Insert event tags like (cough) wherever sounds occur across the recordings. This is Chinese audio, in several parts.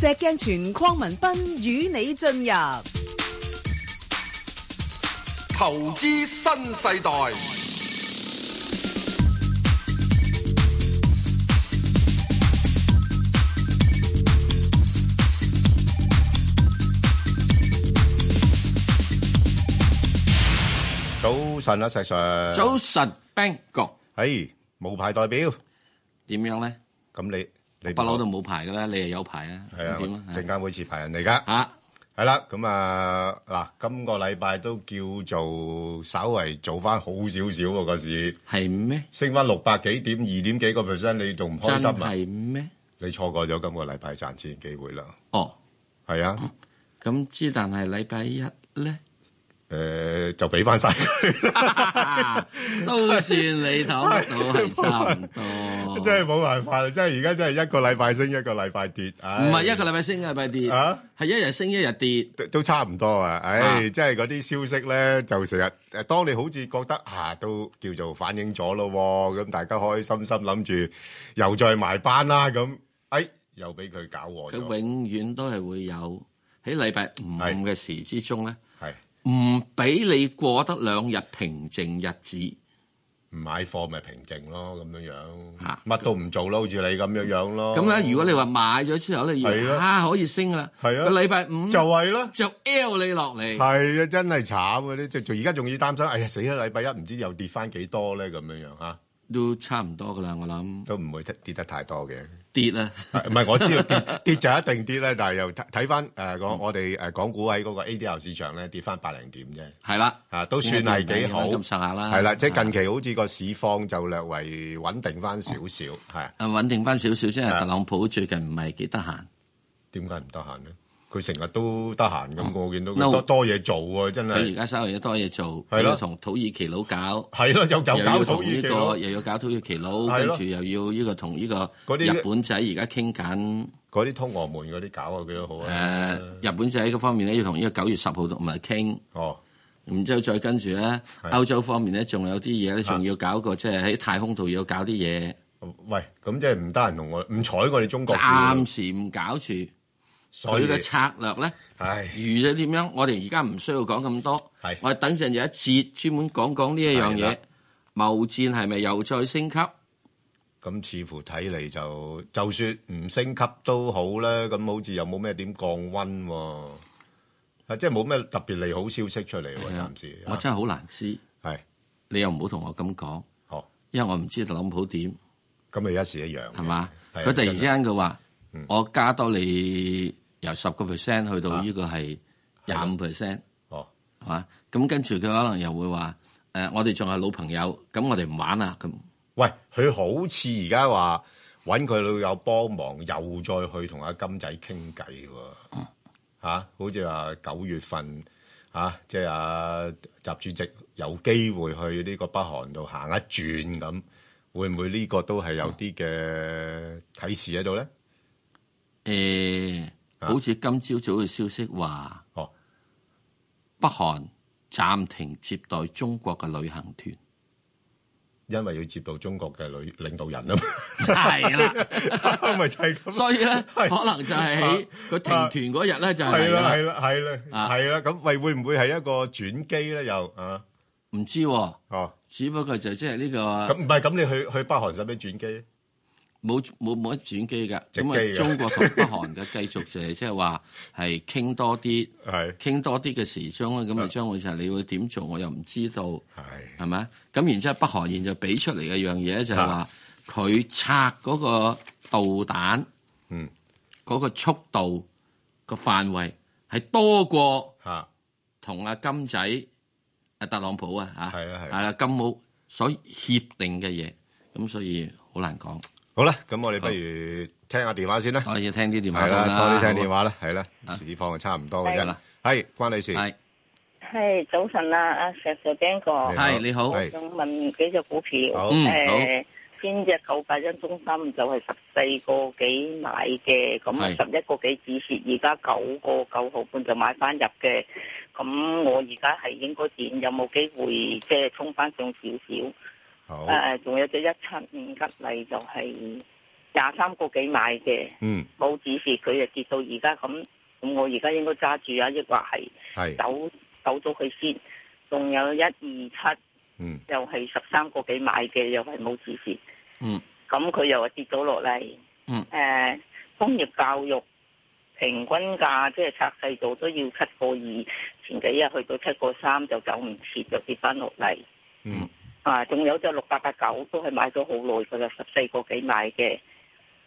石鏡泉鄺民彬與你進入投資新世代，早晨啊，石Sir。早晨 b a n g 哎，無牌代表，咁你-點樣咧？你不嬲都冇牌噶啦，你又有牌啊？係啊，咁點啊？證監會持牌人嚟㗎。嚇係啦，咁啊，嗱，今個禮拜都叫做稍微做返好少少喎，個市。升返係咩？ 600幾點，2點幾個 percent，真你仲唔開心啊？係咩？你錯過咗今個禮拜賺錢機會啦。係啊，哦，咁之但係禮拜一咧，誒，就俾返晒都算你唞得到係差唔多。真係冇辦法啦，真係而家真係一個禮拜升，一個禮拜跌，唉。唔係一個禮拜升一個禮拜跌，啊係一日升一日跌。都都差唔多啊！唉、啊即係嗰啲消息咧，就成日誒，當你好似覺得啊，都叫做反映咗咯喎，咁大家開開心心諗住又再埋班啦，咁哎又俾佢搞和佢咗，永遠都係會有喺禮拜五係嘅時之中咧，係唔俾你過得兩日平靜日子。唔買貨咪平靜咯，咁樣樣，乜、啊都唔做咯，好似你咁樣樣咯。咁咧，如果你話買咗之後咧，以為係咯啊可以升噶啦，係啊個禮拜五就係咯。就 L 你落嚟，係啊，真係慘嘅啲，即係而家仲要擔心，哎呀死啦！禮拜一唔知又跌翻幾多咧，咁樣樣嚇，都差唔多噶啦，我諗都唔會跌得太多嘅。跌啦，唔係，我知道 (laughs) 跌跌就一定跌咧，但係又睇睇翻誒嗯個我哋誒港股喺嗰個 ADR 市場咧跌翻百零點啫，係啦，啊都算係幾好，咁上下啦，係啦，即係近期好似個市況就略為穩定翻少少，係啊穩定翻少少先係係特朗普最近唔係幾得閒，點解唔得閒咧？佢成日都得閒咁，我見到佢 No 多多嘢做喎，真嗯佢而係家稍微有多嘢做，佢係咯要同土耳其佬搞，係咯，又又又要搞土同耳呢其個咯又要搞土耳其佬，係跟咯住又要呢個同呢個嗰啲日本仔而家傾緊，嗰啲通俄門嗰啲搞啊幾好誒啊，日本仔嗰方面咧要同呢個九月十號同埋傾。哦然之後再跟住咧，係啊歐洲方面咧，仲有啲嘢咧，仲要搞個即係喺太空度要搞啲嘢，喂，咁即係唔得閒同我唔睬我哋中國暫時唔搞住。所以佢嘅策略咧，唉預咗點樣？我哋而家唔需要講咁多係，我哋等陣有一節專門講講呢一樣係啦嘢，貿戰係咪又再升級？咁似乎睇嚟就就算唔升級都好啦，咁好似又冇咩點降温喎、啊，即係冇咩特別利好消息出嚟喎、暫時啊我真係好難知，係你又唔好同我咁講，好，因為我唔知特朗普點咁咪一時一樣嘅係嘛？係啊佢突然之間佢話嗯：啊我加多你由十個 percent 去到呢個係廿五 percent。哦，係嘛？咁跟住佢可能又會話：誒、我哋仲係老朋友，咁我哋唔玩啊啦。咁喂，佢好似而家話揾佢老友幫忙，又再去同阿金仔傾偈喎，嚇好似話九月份嚇、啊即係阿習主席有機會去呢個北韓度行一轉咁，會唔會呢個都係有啲嘅啟示喺度咧？誒、啊好似今朝早嘅消息話，哦，北韓暫停接待中國嘅旅行團。因為要接到中國嘅領領導人啊係啦，嘛， (laughs) 咪就係咁。所以咧，係可能就係喺啊佢停團嗰日咧，就係係啦，係啦，啦，係啦，啊係啦，咁喂，會唔會係一個轉機咧？又啊，唔知喎，哦，只不過就即係呢咁個唔係咁，你去去北韓使唔使轉機咧？冇冇冇得轉機㗎。直機咁㗎啊，中國同北韓嘅繼續就係即係話係傾多啲， (laughs) 係傾多啲嘅時鐘咧，咁啊將會就係你會點做，我又唔知道。係係咪？咁然之後，北韓現在俾出嚟嘅樣嘢就係話佢拆嗰個導彈，嗯，嗰個速度個範圍係多過嚇同阿金仔、阿特朗普啊嚇，係啊係啊啊金毛所協定嘅嘢，咁所以好難講。好啦，咁我哋不如聽下電話先啦，我要聽啲電話係啦，啦，多啲聽電話。話啦，係啦，市況就差唔多嘅係啫啦。係關女士，係系早晨啊，阿石 Sir 听过你，係你好係想问几只股好票？嗯诶，先只九八一中心就系十四个几买嘅，咁啊係十一个几止蚀，而家九個九毫半就買翻入嘅。咁我而家係應該點？有冇機會即係衝翻上少少？好呃呃誒、仲有隻一七五吉利就係廿三個幾買嘅，嗯，冇指示佢就跌到而家咁，咁我而家應該揸住啊，抑或係係，走走咗佢先？仲有一二七，嗯，又係十三個幾買嘅，又係冇指示，嗯，咁佢又話跌咗落嚟，嗯誒、工業教育。平均價即係拆細到都要七個二，前幾日去到七個三就走唔切，就跌翻落嚟。嗯，啊，仲有就六八八九都係買咗好耐㗎啦，十四個幾買嘅。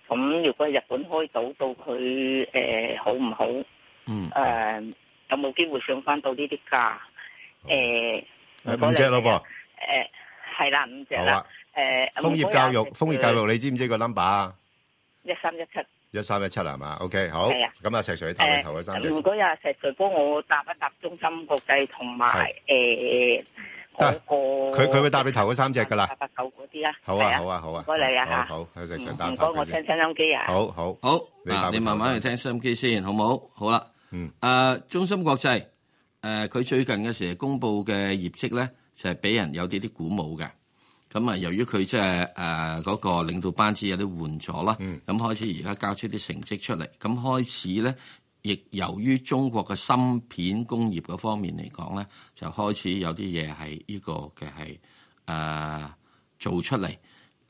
咁如果日本開到到佢誒、呃好唔好？誒、嗯，有冇機會上翻到呢啲價？誒、誒五隻咯噃，誒係啦，五隻好啦啊。。誒、楓葉教育，楓葉教育，你知唔知個 number 啊？一三一七。一三一七係嘛？OK，好。係啊咁啊，石 Sir 你答佢頭嗰三隻誒，先如。果有石 Sir 幫我答一答中心國際同埋誒嗰得個，佢佢會答你頭嗰三隻㗎啦八八九嗰啲啊。好係啊，好啊，好啊。唔該你啊嚇好好，石 Sir 答唔一該，答我佢聽先。收音機啊。好好。好你嗱，答你佢慢頭慢先去聽收音機先，好冇？好啦，嗯，誒，中芯國際誒，佢最近嘅時候公布嘅業績咧，就係俾人有啲啲鼓舞嘅。咁啊，由於佢即係誒嗰個領導班子有啲換咗啦，咁、嗯開始而家交出啲成績出嚟，咁開始咧，亦由於中國嘅芯片工業嗰方面嚟講咧，就開始有啲嘢係呢個嘅係誒做出嚟，誒、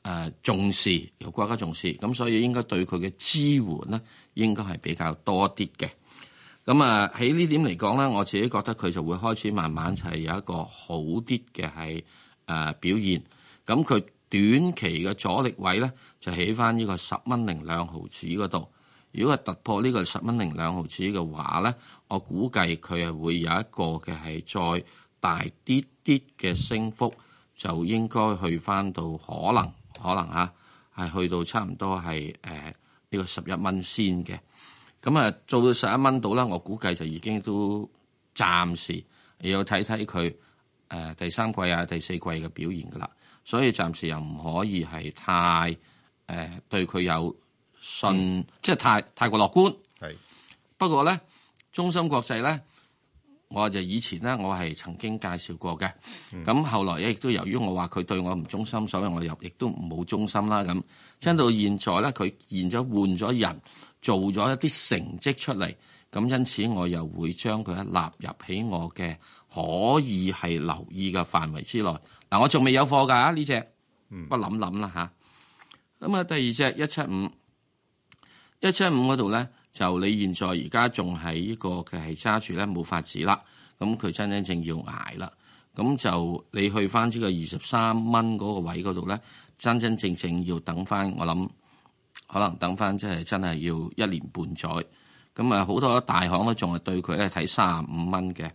呃重視由國家重視，咁所以應該對佢嘅支援咧，應該係比較多啲嘅。咁啊，喺呢點嚟講咧，我自己覺得佢就會開始慢慢就係有一個好啲嘅係誒表現。咁佢短期嘅阻力位咧，就起翻呢個十蚊零兩毫子嗰度。如果係突破呢個十蚊零兩毫子嘅話咧，我估計佢係會有一個嘅係再大啲啲嘅升幅，就應該去翻到可能可能嚇係去到差唔多係誒呢個十一蚊先嘅。咁啊，做到十一蚊度啦，我估計就已經都暫時要睇睇佢誒第三季啊、第四季嘅表現噶啦，所以暫時又唔可以係太誒、呃、對佢有信，即係太太過樂觀。係不過咧，中芯國際咧，我就以前咧，我係曾經介紹過嘅。嗯嗯咁、後來亦都由於我話佢對我唔忠心，所以我又亦都冇忠心啦。咁真到現在咧，佢現咗換咗人，做咗一啲成績出嚟，咁因此我又會將佢納入喺我嘅可以係留意嘅範圍之內。嗱，我仲未有貨㗎呢只，不過諗諗啦吓，咁啊，第二隻一七五。一七五嗰度咧，就你現在而家仲係呢個嘅係揸住咧，冇法子啦。咁佢真真正要捱啦。咁就你去翻呢個二十三蚊嗰個位嗰度咧，真真正正要等翻，我諗可能等翻即係真係要一年半載。咁啊，好多大行都仲係對佢咧睇三十五蚊嘅。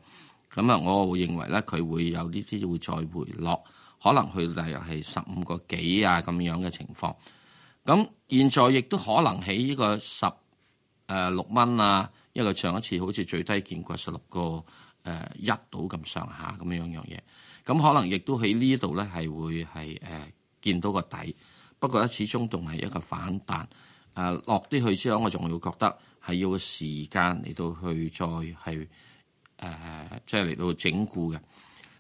咁啊，我會認為咧佢會有呢啲會再回落，可能去大約係十五個幾啊咁樣嘅情況。咁現在亦都可能喺呢個十誒六蚊啊，因為佢上一次好似最低見過十六個誒呃一到咁上下咁樣樣嘢，咁可能亦都喺呢度咧係會係誒、呃、見到個底，不過咧始終仲係一個反彈。誒落啲去之後，我仲要覺得係要個時間嚟到去再係誒即係嚟到整固嘅。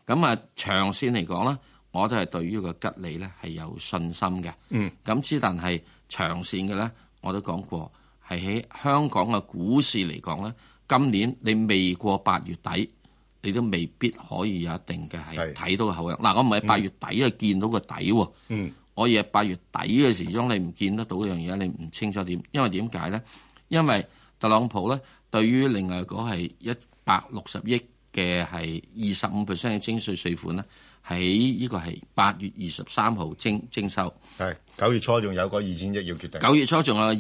咁啊，長線嚟講咧，我都係對於個吉利咧係有信心嘅。嗯，咁之但係長線嘅咧，我都講過係喺香港嘅股市嚟講咧，今年你未過八月底，你都未必可以有一定嘅係係睇到個後向。嗱，我唔係八月底啊，見到個底喎。嗯，我而係八月底嘅時鐘，你唔見得到樣嘢，你唔清楚點，因為點解咧？因為特朗普咧對於另外嗰係一百六十億嘅係二十五 percent 嘅徵税税款咧，喺呢個係八月二十三號徵徵收，係九月初仲有個二千億要決定。九月初仲有二千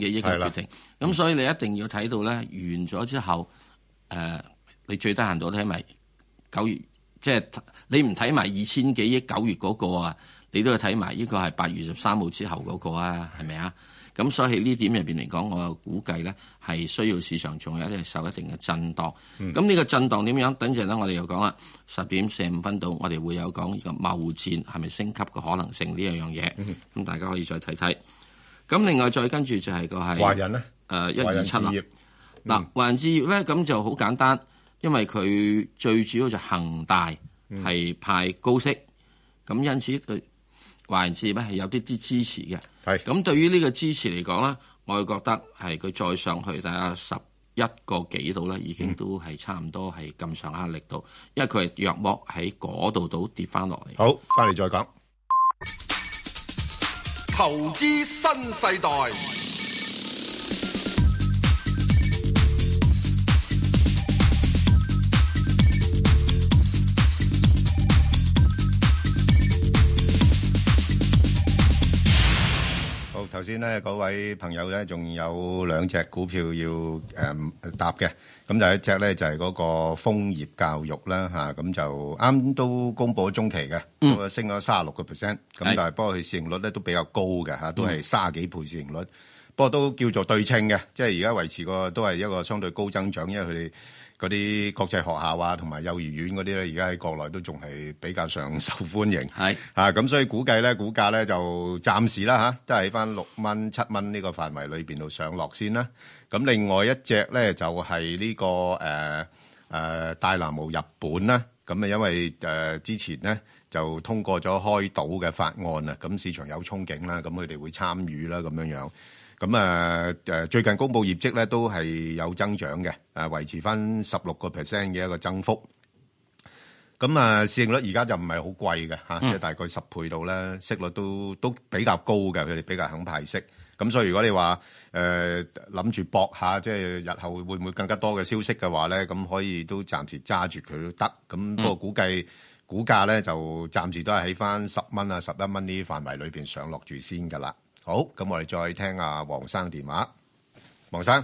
幾億嘅係啦決定，咁所以你一定要睇到咧完咗之後，誒、你最低限度睇埋九月，即係你唔睇埋二千幾億九月嗰個啊，你都要睇埋呢個係八月十三號之後嗰個啊，係咪啊？咁所以呢點入邊嚟講，我估計咧係需要市場仲有一隻受一定嘅震盪。嗯嗯咁呢、個震盪點樣？等陣咧，我哋又講啦，十點四五分到，我哋會有講呢個貿戰係咪升級嘅可能性呢樣嘢。咁、大家可以再睇睇。咁另外再跟住就係個係華人咧，誒一華二人七置嗯啦。業嗱，華人置業咧咁就好簡單，因為佢嗯最主要就恒大係派高息，咁因此對華人置業咧係有啲啲支持嘅。係咁對於呢個支持嚟講咧，我係覺得係佢再上去大家十一個幾度咧，已嗯經都係差唔多係咁上下力度，因為佢係約莫喺嗰度度跌翻落嚟。好，翻嚟再講。投資新世代，好，頭先咧嗰位朋友咧，仲有兩隻股票要誒、嗯答嘅，咁就一隻咧就係、嗰個楓葉教育啦嚇，咁、就啱都公佈咗中期嘅，咁啊升咗三十六個 percent，咁係但係不過佢市盈率咧都比較高嘅嚇，都係三十幾倍市盈率，不過都叫做對稱嘅，即係而家維持個都係一個相對高增長，因為佢哋嗰啲國際學校啊同埋幼兒園嗰啲咧，而家喺國內都仲係比較上受歡迎。係啊，咁所以估計咧，股價咧就暫時啦嚇，都係喺翻六蚊、七蚊呢個範圍裏邊度上落先啦。咁另外一隻咧就係呢、個誒誒、呃呃大藍毛日本啦。咁啊，因為誒、呃之前咧就通過咗開島嘅法案啊，咁市場有憧憬啦，咁佢哋會參與啦，咁樣樣。咁啊誒最近公布業績咧都係有增長嘅，誒、啊、維持翻十六個 percent 嘅一個增幅。咁啊，市盈率而家就唔係好貴嘅嚇，即係大概十倍到啦，息率都都比較高嘅，佢哋比較肯派息。咁所以如果你話誒諗住搏下，即係日後會唔會更加多嘅消息嘅話咧，咁可以都暫時揸住佢都得。咁不過估計股價咧就暫時都係喺翻十蚊啊、十一蚊呢啲範圍裏邊上落住先㗎啦。好，咁我哋再聽阿黃生電話。黃生，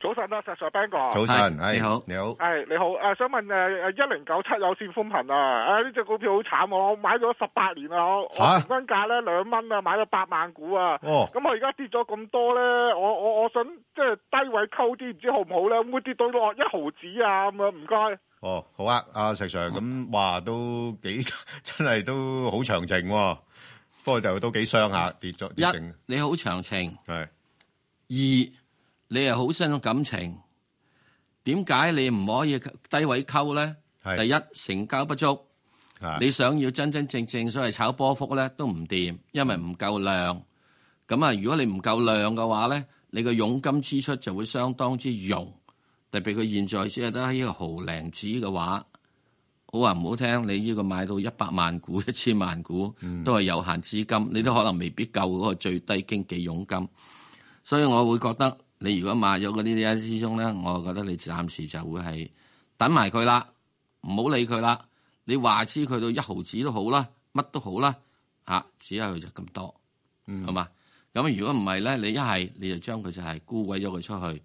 早晨啊，石 Sir Ben 哥。早晨，係你係好你好。係你好，誒、想問誒誒一零九七有線寬頻啊，誒呢只股票好慘啊，我買咗十八年啊，我嚇我平均價咧兩蚊啊，買咗八萬股啊，哦咁我而家跌咗咁多咧，我我我想即係低位溝啲，唔知好唔好咧，會唔會跌到落一毫子啊咁啊？唔該。哦，好啊，阿石 Sir，咁話都幾 (laughs) 真係都好長情喎，不過就都幾傷下，跌咗嗯跌一整，你好長情。係二，你係好深感情，點解你唔可以低位溝咧？係第一成交不足，啊，你想要真真正正所謂炒波幅咧都唔掂，因為唔夠量。咁啊，如果你唔夠量嘅話咧，你個佣金支出就會相當之用。特別佢現在只係得呢個毫零子嘅話，好話唔好聽，你呢個買到一百萬股、 (laughs) 一千萬股都係有限資金，你都可能未必夠嗰個最低經紀佣金。所以我會覺得你如果買咗嗰啲嘢之中咧，我覺得你暫時就會係等埋佢啦，唔好理佢啦。你話知佢到一毫子都好啦，乜都好啦，啊，只係佢就咁多，係嘛、咁如果唔係咧，你一係你就將佢就係沽鬼咗佢出去，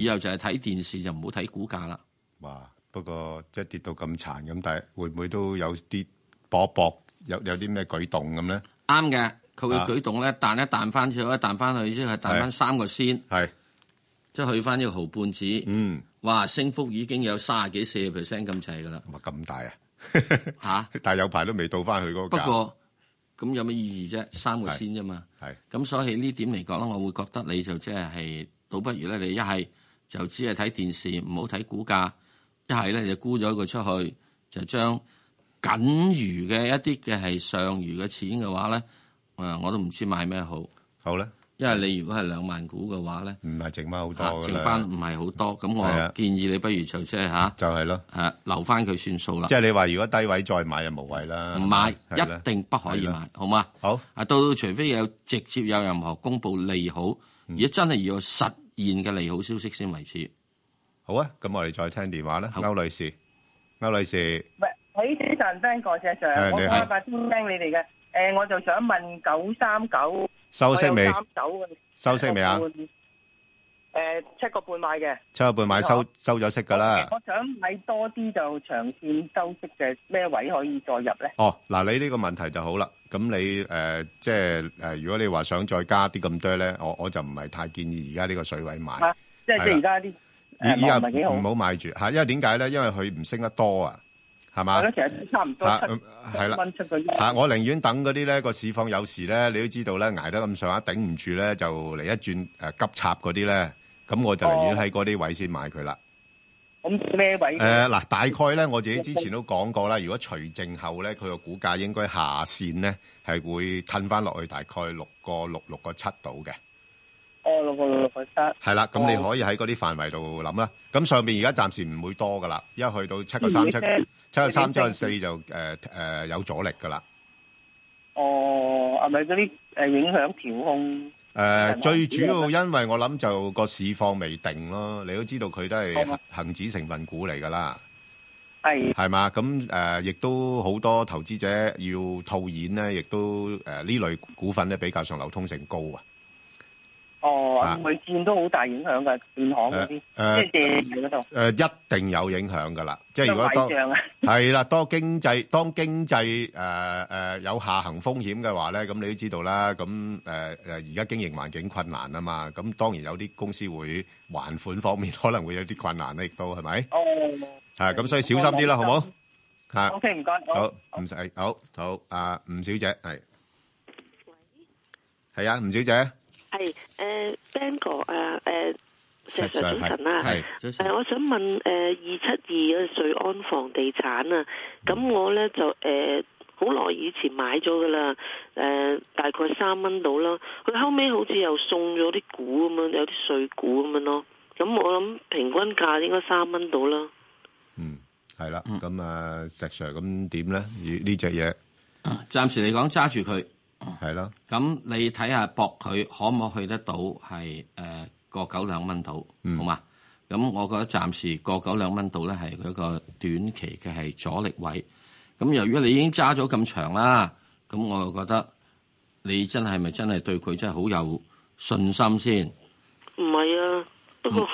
以後就係睇電視就唔好睇股價啦。哇，不過即係跌到咁殘咁，但係會唔會都有啲搏一搏，有有啲咩舉動咁咧？啱嘅，佢嘅啊舉動咧彈一彈翻去，一彈翻去之後彈翻係三個先，係，即係去翻呢個毫半子。嗯，哇！升幅已經有三十幾四十 percent 咁滯噶啦哇咁大啊，嚇。但係有排都未到翻去嗰個不價，過咁有咩意義啫？三個先啫嘛。係咁所以呢點嚟講咧，我會覺得你就即係係倒不如咧，你一係就只係睇電視，唔好睇股價；一係咧就沽咗佢出去，就將僅餘嘅一啲嘅係上餘嘅錢嘅話咧，誒我都唔知買咩好，好啦，因為你如果係兩萬股嘅話咧，唔係剩翻好啊多㗎剩啦，翻唔係好多，咁我係啊建議你不如就即係嚇就係咯，誒留翻佢算數啦即，係你話如果低位再買就無謂啦，唔買係啦一定不可以係啦買，好嗎？好，啊，到除非有直接有任何公布利好，嗯而家真係要有實現嘅利好消息先為止。好啊，咁我哋再聽電話啦，好歐女士，歐女士，喂，喂，早晨 Ben 哥，石 Sir，係我你好八八先聽你哋嘅，诶、我就想問九三九收息未？三九嘅收息未啊？？诶、七個半買嘅，七個半買收收咗息㗎啦。我想買多啲就長線收息嘅，咩位可以再入咧？哦，嗱，你呢個問題就好啦。咁你誒、呃即係誒、呃如果你話想再加啲咁多咧，我我就唔係太建議而家呢個水位買。啊即係即係係而家啲而呃诶，家唔係幾好，唔好買住嚇，因為點解咧？因為佢唔升得多啊，係嘛係？咯，其實都差唔多嚇嗯七係啦七蚊出個一，嚇！我寧願等嗰啲咧個市況有時咧，你都知道咧捱得咁上下頂唔住咧，呃哦就嚟一轉誒急插嗰啲咧，咁我就寧願喺嗰啲位先買佢啦。咁咩位？誒呃嗱，大概咧，我自己之前都講過啦。如果除淨後咧，佢個股價應該下線咧係會褪翻落去大概六個六六個七度嘅，哦，六個六個三，係啦。咁你哦可以喺嗰啲範圍度諗啦。咁上邊而家暫時唔會多噶啦，一去到七個三嗯七七個三七個四就誒誒有阻力噶啦。哦，係咪嗰啲誒影響調控？誒、呃最主要因為我諗就個市況未定咯，你都知道佢都係係嘛恒恒指成分股嚟㗎啦，係係嘛？咁誒、亦都好多投資者要套現咧，亦都誒呢、類股份咧比較上流通性高啊。啊哦，外戰都好大影響㗎，建行嗰啲，即誒係借嘢嗰度，誒、一定有影響㗎啦，即係就如果當壞帳啊！ (laughs) 係啦，當經濟當經濟誒誒有下行風險嘅話咧，咁你都知道啦。咁誒誒而家經營環境困難啊嘛，咁當然有啲公司會還款方面 (laughs) 可能會有啲困難咧，亦都係咪？哦，啊，咁所以小心啲啦，好冇？嚇， O K，唔該，好啊好，唔使，好好，啊，吳小姐係，係啊，吳小姐，系诶 Ben 哥啊，诶石 Sir 係早晨啦。係早晨诶，我想問誒呃二七二嘅瑞安房地產啊，咁我呢就誒好耐以前買咗噶啦，誒、呃大概三蚊到啦，佢後尾好似又送咗啲股咁樣，有啲碎股咁樣咯，咁我諗平均價應該三蚊到啦。嗯，係啦，咁啊，石 Sir，咁點咧？呢呢只嘢暫時嚟講揸住佢，係啦，咁你睇下搏佢可唔可以去得到係誒個九兩蚊度，嗯好嘛？咁我覺得暫時個九兩蚊度咧係佢一個短期嘅係阻力位。咁由於你已經揸咗咁長啦，咁我又覺得你真係咪真係對佢真係好有信心先？唔係啊，不過、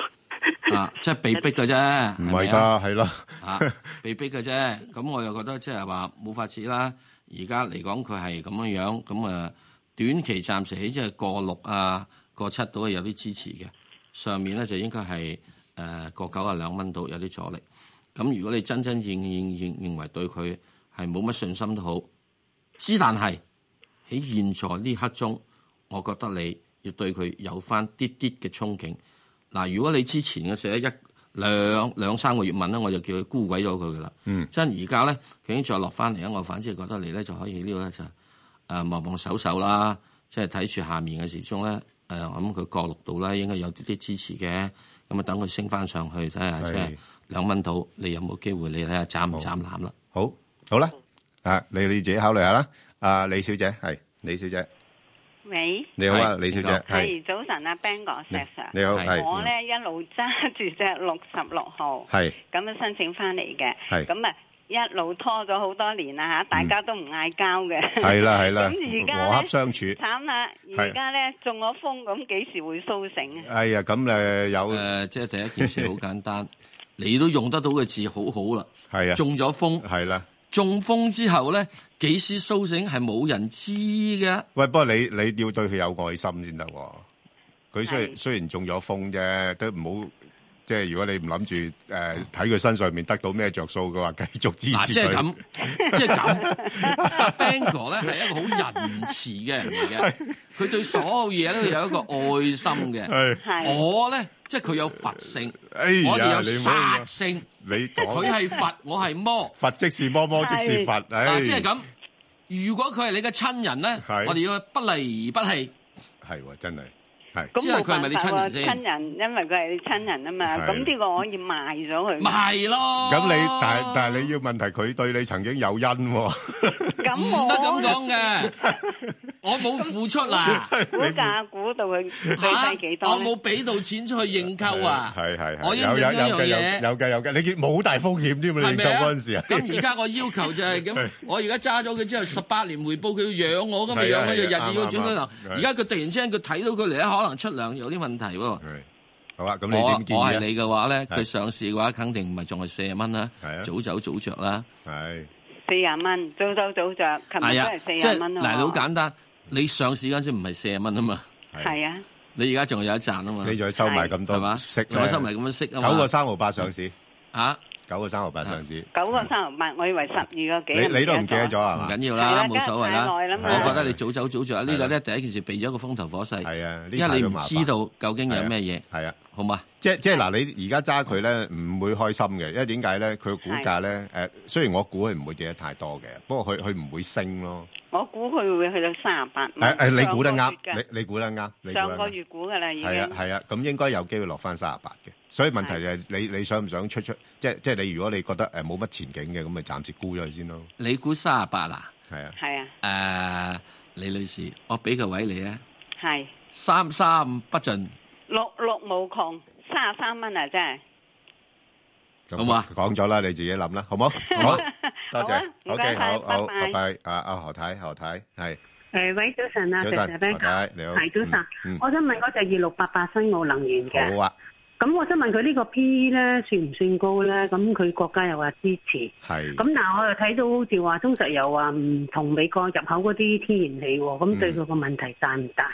(laughs) 啊，即係被逼嘅啫，唔係咪係啊？㗎，係咯，啊，被逼嘅啫。咁我又覺得即係話冇法子啦。而家嚟講佢係咁樣樣，咁啊短期暫時起即係過六啊過七度係有啲支持嘅，上面咧就應該係誒過九啊兩蚊度有啲阻力。咁如果你真真正正認認為對佢係冇乜信心都好，之但係喺現在呢刻中，我覺得你要對佢有翻啲啲嘅憧憬。嗱，如果你之前嘅時候一兩兩三個月問咧，我就叫佢沽鬼咗佢噶啦。嗯，真而家咧，佢已經再落翻嚟咧，我反之覺得你咧就可以呢度咧就誒望望手手啦，即係睇住下面嘅時鐘咧誒，我諗佢過六度咧應該有啲啲支持嘅，咁啊等佢升翻上去睇下即係係兩蚊到，你有冇機會你睇下斬唔斬攬啦？好，好啦，啊，你你自己考慮下啦。啊，李小姐係，李小姐，喂，你好啊，係李小姐邊係，係早晨啊，Bang 哥石你 Sir，你好係係，我咧一路揸住只 (laughs) 六十六號，係咁樣申請翻嚟嘅，係嗯咁啊一路拖咗好多年啦嚇，大家都唔嗌交嘅，係 (laughs) 啦係啦，咁而家呢和洽相處。慘啦！係而家咧中咗風，咁幾時會甦醒啊？哎呀，咁誒有誒、呃即係第一件事好簡單， (laughs) 你都用得到嘅字好好啦。係啊，中咗風，係啦。中風之後咧，幾時甦醒係冇人知嘅。喂，不過你你要對佢有愛心先得喎。佢雖然係雖然中咗風啫，都唔好即係如果你唔諗住誒睇佢身上面得到咩着數嘅話，繼續支嗱，持即係佢咁。，即係咁。Bang 哥咧係一個好仁慈嘅人嚟 (laughs) 嘅，佢對所有嘢都有一個愛心嘅。係，係我咧即係佢有佛性，哎我哋呀，有你唔好殺性， (laughs) 你佢講係佛，我係魔。佛即是魔，魔即是佛，哎嗱，唉，即係咁。如果佢係你嘅親人咧，係我哋要不離不棄。係喎，真係係咁知道冇佢係咪辦你法親喎，人先親人因為佢係你親人啊嘛，係咁呢個我可以賣咗佢，咪係咯。咁你但但係你要問題，佢對你曾經有恩喎，咁嗯唔我得咁講嘅，我冇付出 (laughs) 啊，股價估到佢嚇最低幾多我呢冇俾到錢出去認購啊，係係係，我有要有認有一嘅樣有嘢，有嘅有嘅，你見冇大風險 (laughs) 添嘛？係你咪夠啊？嗰陣時啊，咁而家我要求就 (laughs) 係咁，我而家揸咗佢之後十八年回報，佢要養我噶嘛，係養啊我就日日係啊要啱轉佢糧啱。啱而家佢突然之間佢睇到佢嚟可能出糧有啲問題喎。係。好啊，咁你我點建議啊？我係你嘅話咧，係佢上市嘅話肯定唔係仲係四十蚊啦係啊，早走早着啦。係，係，四廿蚊，早走早着，係琴日都啊係，四即廿係蚊嗱，好簡單，你上市嗰陣時唔係四十蚊啊嘛，係啊，你而家仲有一賺啊嘛。你仲要收埋咁多係嘛？息咧。仲有收埋咁樣息啊嘛。九個三毫八上市，嚇九個三毫八上市，九個三毫八，我以為十二個幾。你你都唔記得咗啊係唔嘛？緊要 (laughs) 係啦，啦冇所謂啦。梗係太耐啦嘛我覺得你早走早著，呢係個啦咧第一件事避咗個風頭火勢，係啊，呢因排為你都唔麻煩知道究竟有咩嘢，係啊。好嘛？即即嗱，你而家揸佢咧唔會開心嘅，因為點解咧？佢股價咧誒，雖然我估佢唔會跌得太多嘅，不過佢佢唔會升咯。我估佢會去到三十八誒蚊。誒，你估得上啱個月，㗎你你估得啱，你估上得個啱。月估㗎啦，已經。係啊係啊，咁應該有機會落翻三十八嘅。所以問題就係你你想唔想出出？即即你如果你覺得誒冇乜前景嘅，咁咪暫時沽咗佢先咯。你估三十八啦？啊係啊，係啊，誒，呃李女士，我俾個位你啊，係三三不盡，六六無窮，三十三蚊啊，真係。咁好嘛講咗啦，你自己諗啦，好冇？好，多好啊謝。唔 O 該 K，晒好好，拜拜拜。啊啊，何太，何太係誒，喂，早晨啊，早晨， Ben 何太你好。係早晨啊嗯，我想問嗰隻二六八八新奧能源嗯嘅，好啊，咁我想問佢呢個 P E 咧算唔算高咧？咁佢國家又話支持，係。咁嗱我又睇到好似話中石油話唔同美國入口嗰啲天然氣喎，嗯咁對佢個問題大唔大？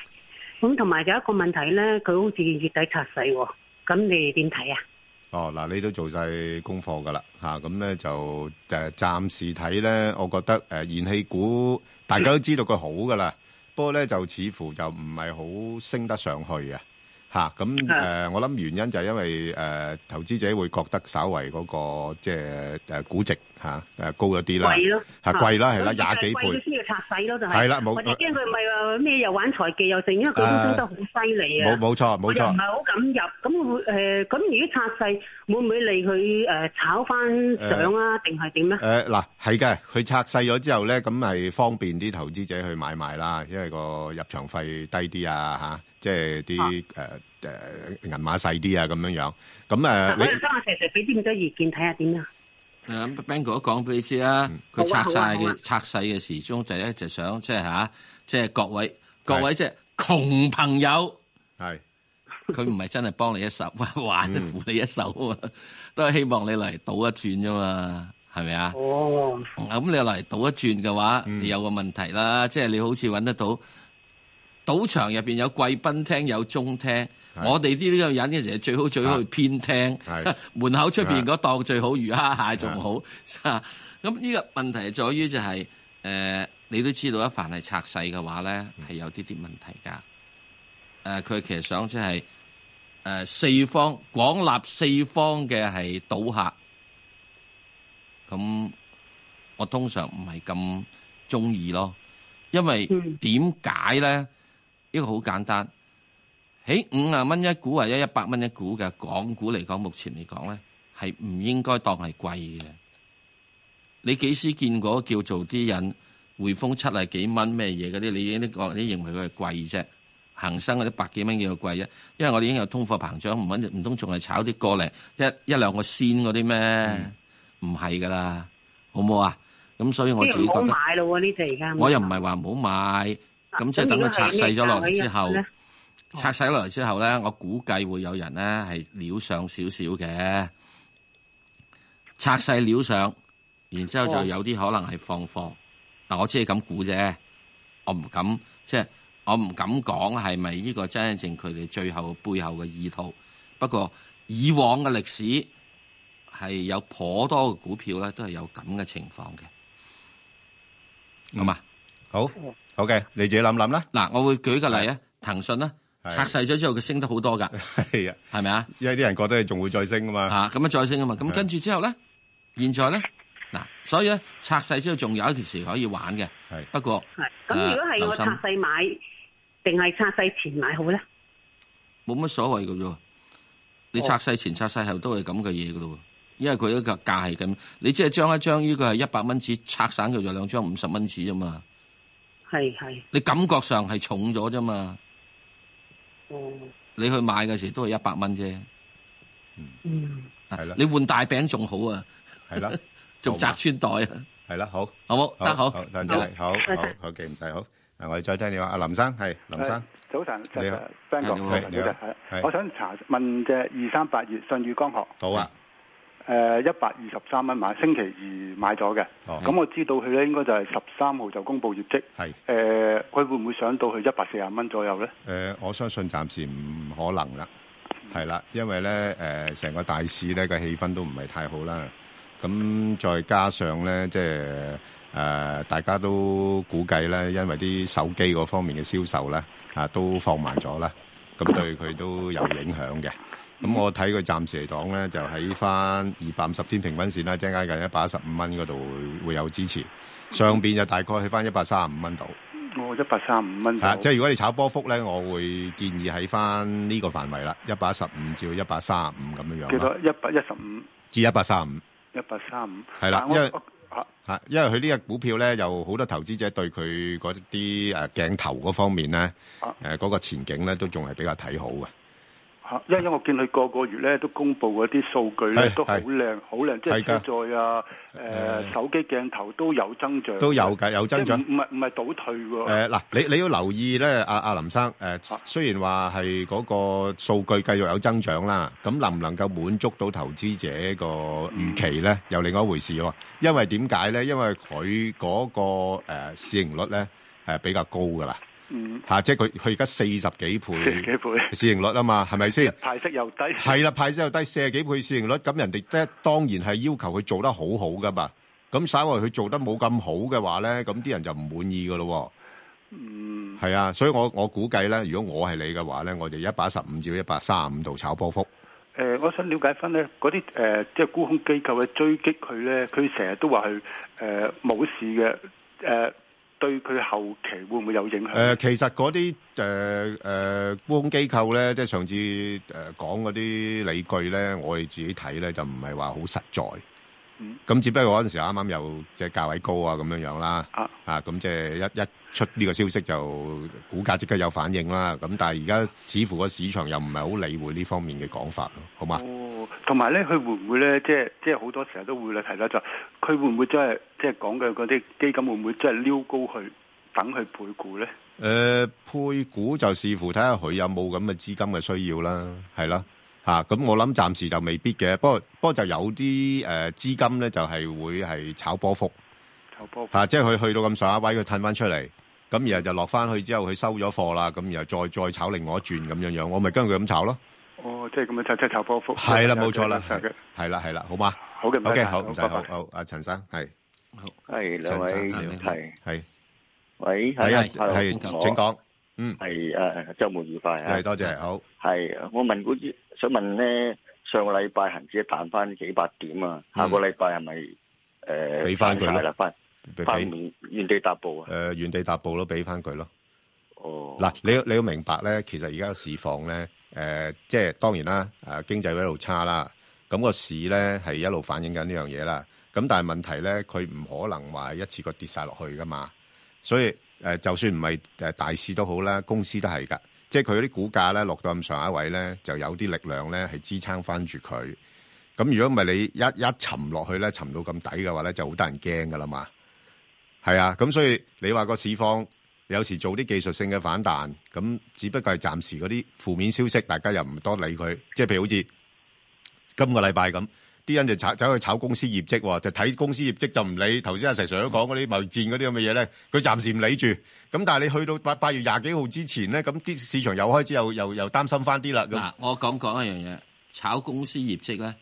咁同埋有一個問題咧，佢好似月底拆細喎，咁你哋點睇啊？哦，嗱，你都做晒功課噶啦，嚇、咁咧就誒暫時睇咧，我覺得誒、呃燃氣股大家都知道佢好噶啦，不過咧就似乎就唔係好升得上去啊，嚇咁誒，呃我諗原因就係因為誒、呃投資者會覺得稍為嗰、個即係誒估值嚇誒、呃高咗啲啦，貴咯係貴啦，係啦，咁廿幾貴佢倍，先要拆細咯，就係係啦冇我就驚佢唔係話咩又玩財技又剩，因為佢都升得好犀利啊冇。冇錯冇我又唔錯係。好敢入，咁會誒咁如果拆細，會唔會利佢誒炒翻上啊？定係點咧？誒呃嗱，係嘅，佢拆細咗之後咧，咁係方便啲投資者去買賣啦，因為個入場費低啲啊，嚇、即係啲誒誒銀碼細啲啊，咁樣樣。咁誒、呃嗱你我哋今日石石俾啲咁多意見，睇下點啊？誒 Ben 哥講俾你知啦，佢好啊拆晒好啊好嘅啊拆細嘅時鐘就咧就想即係嚇，即係各位各位即係窮朋友。係佢唔係真係幫你一手，玩扶你一手啊嘛，都係希望你嚟賭一轉啫嘛，係咪啊？哦，咁你嚟賭一轉嘅話，嗯你有個問題啦，即係你好似揾得到賭場入邊有貴賓廳有中廳，係我哋啲呢個人嘅時候最好最好去偏廳係， (laughs) 門口出邊嗰檔最好魚蝦蟹仲好。咁呢個問題在於就係、呃你都知道一凡係拆細嘅話咧，嗯係有啲啲問題㗎。誒、佢其實想即係誒呃四方廣納四方嘅係賭客，咁我通常唔係咁中意咯，因為嗯點解咧？一個好簡單，喺五啊蚊一股或者一百蚊一股嘅港股嚟講，目前嚟講咧係唔應該當係貴嘅。你幾時見過叫做啲人匯豐七啊幾蚊咩嘢嗰啲？你已經覺你認為佢係貴啫。恒生嗰啲百幾蚊叫做貴啫，因為我哋已經有通貨膨脹，唔揾唔通仲係炒啲過嚟一一兩個仙嗰啲嗯咩？唔係噶啦，好唔好啊？咁所以我即自係己唔好覺得。買咯喎，呢隻而家。我又唔係話唔好買，嗯咁即係等佢拆細咗落嚟哦之後咁如果係咩價位入咧，拆細咗落嚟之後咧，我估計會有人咧係料上少少嘅，拆細料上，然之後就有啲可能係放貨。嗱，我只係咁估啫，我唔敢即係我唔敢講係咪呢個真正佢哋最後背後嘅意圖。不過以往嘅歷史係有頗多嘅股票咧，都係有咁嘅情況嘅，好嘛？好好嘅，你自己諗諗啦。嗱，我會舉個例啊，騰訊啦，係拆細咗之後佢升得好多㗎，係啊，係咪啊？因為啲人覺得佢仲會再升啊嘛。啊，咁啊再升啊嘛，咁係跟住之後咧，現在咧，嗱，所以咧拆細之後仲有一件事可以玩嘅，係不過係咁如果係我拆細買，定係拆細前買好咧？冇乜所謂嘅啫。哦你拆細前拆細後都係咁嘅嘢㗎咯喎，因為佢一個價係咁，你只係將一張呢個係一百蚊紙拆散佢就兩張五十蚊紙啫嘛，係係，你感覺上係重咗啫嘛，哦，你去買嘅時都係一百蚊啫，嗯，係啦啊你換大餅仲好啊，係啦， (laughs) 仲好擲嘛穿袋啊！係啦，好，好冇得好，多謝你，好好好嘅，唔使好。嗱，我哋再聽你話，阿林生係林生，呃早晨，你好 Ben 哥，你早好晨你好早晨係我想查問隻二三八月信宇光學，好啊，誒一百二十三蚊買，星期二買咗嘅。哦咁我知道佢咧應該就係十三號就公布業績。係誒，佢會唔會上到去一百四十蚊左右咧？誒、呃我相信暫時唔呃可能啦，係啦，因為咧誒，成、個大市咧個氣氛都唔係太好啦。誒、咁再加上咧，即係誒、呃大家都估計咧，因為啲手機嗰方面嘅銷售咧啊都放慢咗啦，咁對佢都有影響嘅。咁我睇佢暫時嚟講咧，就喺翻二百五十天平均線啦，即係近一百一十五蚊嗰度會會有支持。上邊就大概去翻一百三十五蚊度。我哦一百三五蚊啊，即係如果你炒波幅咧，我會建議喺翻呢個範圍啦，一百一十五至到一百三十五咁樣啊樣幾多？啦，一百一十五，至一百三十五。一百三五。係啦但我因為我啊嚇，因為佢呢只股票咧，有好多投資者對佢嗰啲誒鏡頭嗰方面咧，啊誒、嗰個前景咧都仲係比較睇好嘅。嚇啊因為我見佢個個月咧都公布嗰啲數據咧係都好係靚，好靚，即係係㗎車載啊、誒誒手機鏡頭都有增長，都有㗎有增長即係唔唔係唔係倒退誒喎。嗱、你你要留意咧，阿、阿林生誒、雖然話係嗰個數據繼續有增長啦，咁能唔能夠滿足到投資者個預期咧，又另外一回事喎。因為點解咧？因為佢嗰、個誒、市盈率咧誒、比較高㗎啦，嗯，嚇、即係佢佢而家四十幾倍40幾倍市盈率啊嘛，係咪先？派息又低，係啦，派息又低四十幾倍市盈率，咁人哋咧當然係要求佢做得好好噶嘛。咁稍為佢做得冇咁好嘅話咧，咁啲人就唔滿意噶咯喎。係啊，所以我我估計咧，如果我係你嘅話咧，我就一百一十五至一百三十五度炒波幅。誒、我想了解翻咧，嗰啲誒即係沽空機構嘅追擊佢咧，佢成日都話佢誒冇事嘅，誒、對佢後期會唔會有影響？誒、其實嗰啲誒誒沽空機構咧，即係上次誒講嗰啲理據咧，我哋自己睇咧就唔係話好實在。嗯咁只不過嗰陣時啱啱又即係價位高啊咁樣樣啦，啊咁即係一一出呢個消息就股價即刻有反應啦。咁但係而家似乎個市場又唔係好理會呢方面嘅講法咯，好嘛？哦，同埋咧，佢會唔會咧，即係即係好多時候都會咧提啦，就佢會唔會真係即係講嘅嗰啲基金會唔會真係撩高佢，等佢配股咧？誒、呃配股就視乎睇下佢有冇咁嘅資金嘅需要啦，係啦，嚇、咁我諗暫時就未必嘅，不過不過就有啲誒、呃、資金咧就係、會係炒波幅，炒波嚇、即係佢去到咁上下位，佢褪翻出嚟，咁然後就落翻去之後，佢收咗貨啦，咁然後再再炒另外一轉咁樣樣，我咪跟佢咁炒咯，哦，即係咁樣就即係炒波幅。係啦，冇錯啦，係啊係係啦，係啦，好嘛？好嘅唔該 o k 晒好，好唔使拜好拜好，阿陳生係，係兩位係係，喂，係啊， hello，係， hello，請講，嗯，係誒，周末愉快啊！係多謝，好。係，我問嗰啲想問咧，上個禮拜恆指彈翻幾百點啊，下個禮拜係咪誒嗯俾返佢咯散晒啦，翻俾翻原原地踏步啊？誒、呃原地踏步咯，俾翻佢咯。哦，嗱，你要你要明白咧，其實而家嘅市況咧，誒、即係當然啦，誒、經濟一路差啦，咁、個市咧係一路反映緊呢樣嘢啦。咁但係問題咧，佢唔可能話一次過跌晒落去噶嘛。所以誒、呃就算唔係誒大市都好啦，公司都係㗎，即係佢啲股價咧落到咁上下位咧，就有啲力量咧係支撐翻住佢。咁如果唔係你一一沉落去咧，沉到咁底嘅話咧，就好得人驚㗎啦嘛。係啊，咁所以你話個市況有時做啲技術性嘅反彈，咁只不過係暫時嗰啲負面消息，大家又唔多理佢。即係譬如好似今個禮拜咁，啲人就炒走去炒公司業績喎，就睇公司業績就唔理。頭先阿石 Sir 都講嗰啲貿易戰嗰啲咁嘅嘢咧，佢暫時唔理住。咁但係你去到八八月廿幾號之前咧，咁啲市場又開始又又又擔心翻啲啦。咁嗱，我講講一樣嘢，炒公司業績咧，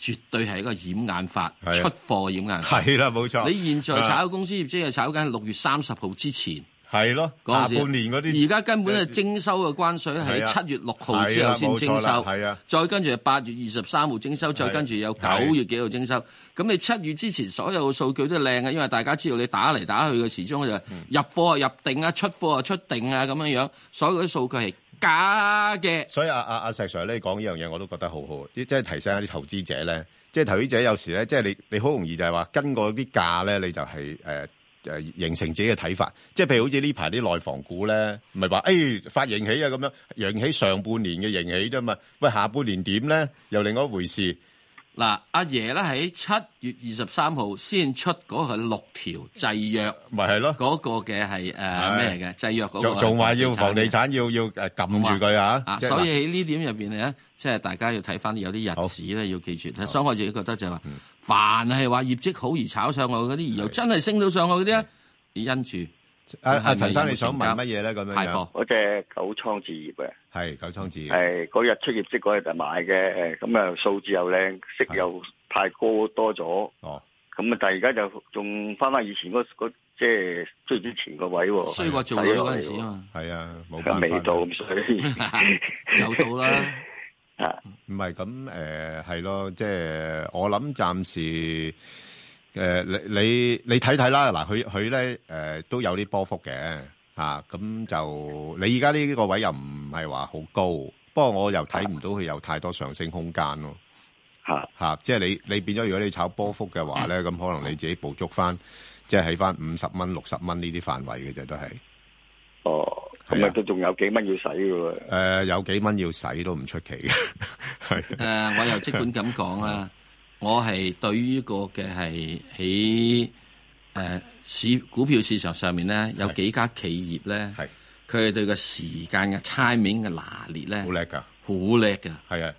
絕對係一個掩眼法，係啊出貨掩眼法。係啦，冇錯。你現在炒啊公司業績係炒緊六月三十號之前。係咯，嗰下陣時半年嗰啲而家根本係徵收嘅關税喺係啊七月六號之後先徵係啦冇錯啦收，係啊再跟住係八月二十三號徵收，再跟住有九月幾號徵收。咁你七月之前所有嘅數據都靚嘅，因為大家知道你打嚟打去嘅時鐘就係嗯入貨啊入定啊，出貨啊出定啊咁樣樣，所有嗰啲數據係假嘅。所以阿阿阿石 Sir 咧講呢樣嘢，我都覺得好好，即係提醒下啲投資者咧，即係投資者有時咧，即係你你好容易就係話跟嗰啲價咧，你就係誒誒形成自己嘅睇法。即係譬如好似呢排啲內房股咧，唔係話誒發盈喜啊咁樣，盈喜上半年嘅盈喜啫嘛，喂下半年點咧又另外一回事。嗱，阿爺咧喺七月二十三號先出嗰個六條制約，咪係咯，嗰個嘅係誒咩嘅制約嗰個仲仲話要嘅房地產要要誒撳住佢啊啊，即係所以喺呢點入邊咧，即係大家要睇翻有啲日子咧，要記住。所以我自己覺得就係話，嗯凡係話業績好而炒上去嗰啲，而又真係升到上去嗰啲咧，因住嗯阿阿係陳咪生，有冇你想成問交乜嘢咧？咁樣派樣貨嗰隻九倉置業啊，係九倉置業，係嗰日出業績嗰日就買嘅，誒咁啊數字又靚，息又太高多咗。哦，咁啊，但係而家就仲翻翻以前嗰嗰即係追之前個位喎，衰過做女嗰陣時啊嘛，係啊，冇辦係法未到咁衰。有到啦。唔係咁誒，係咯，即係我諗暫時誒，你你你睇睇啦，嗱，佢佢咧誒都有啲波幅嘅嚇，咁就你而家呢個位又唔係話好高，不過我又睇唔到佢有太多上升空間咯。嚇嚇，即係你你變咗，如果你炒波幅嘅話咧，咁可能你自己捕捉翻，即係喺翻五十蚊、六十蚊呢啲範圍嘅啫，都係。哦，係咁啊啊都仲有幾蚊要使嘅喎。誒、有幾蚊要使都唔出 (laughs) 奇嘅，係誒、呃我又即管咁講啦，我係對於個嘅係喺誒市股票市場上面咧，有幾家企業咧，佢哋對個時間嘅 timing 嘅拿捏咧，好叻㗎，好叻㗎，係啊，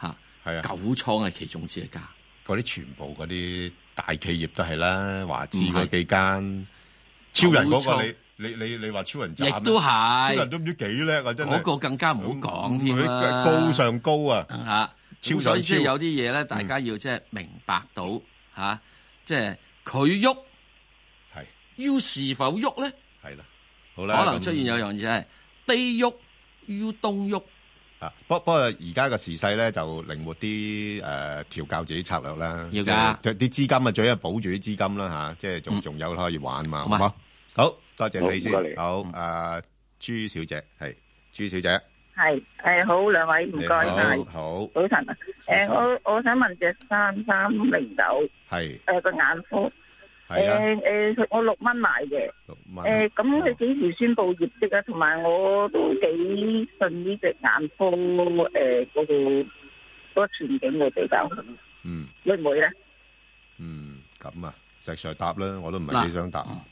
嚇，係啊，九倉係其中之一家，嗰啲全部嗰啲大企業都係啦，華資嗰幾間，超人嗰個你你你你話超人渣咩亦都係超人都唔知幾叻啊，真係嗰個更加唔好講添啦，佢高上高啊，嚇，超咁上所以即係超嗯有啲嘢咧，大家要即係明白到嚇、即係佢喐，係要是否喐咧？係啦，好啦可能咁出現有樣嘢係低喐要東喐，啊，不不過而家嘅時勢咧就靈活啲誒、呃、調教自己策略啦，要㗎即係即係啲資金啊，最緊要保住啲資金啦吓、即係仲仲有可以玩嘛，好唔好？好多謝你先好唔該，你好誒、呃朱小姐係朱小姐，系诶好，兩位唔你該晒，好，好早晨啊！诶、早晨我我想問只三三零九係诶個眼科，係诶啊。诶、誒我六蚊買嘅，啊诶咁佢幾時宣布業績啊？同埋我都幾信呢只眼科诶嗰、個嗰個前景會比較好，嗯會唔會咧？咁啊，石 Sir 答啦，我都唔係嗱幾想答。啊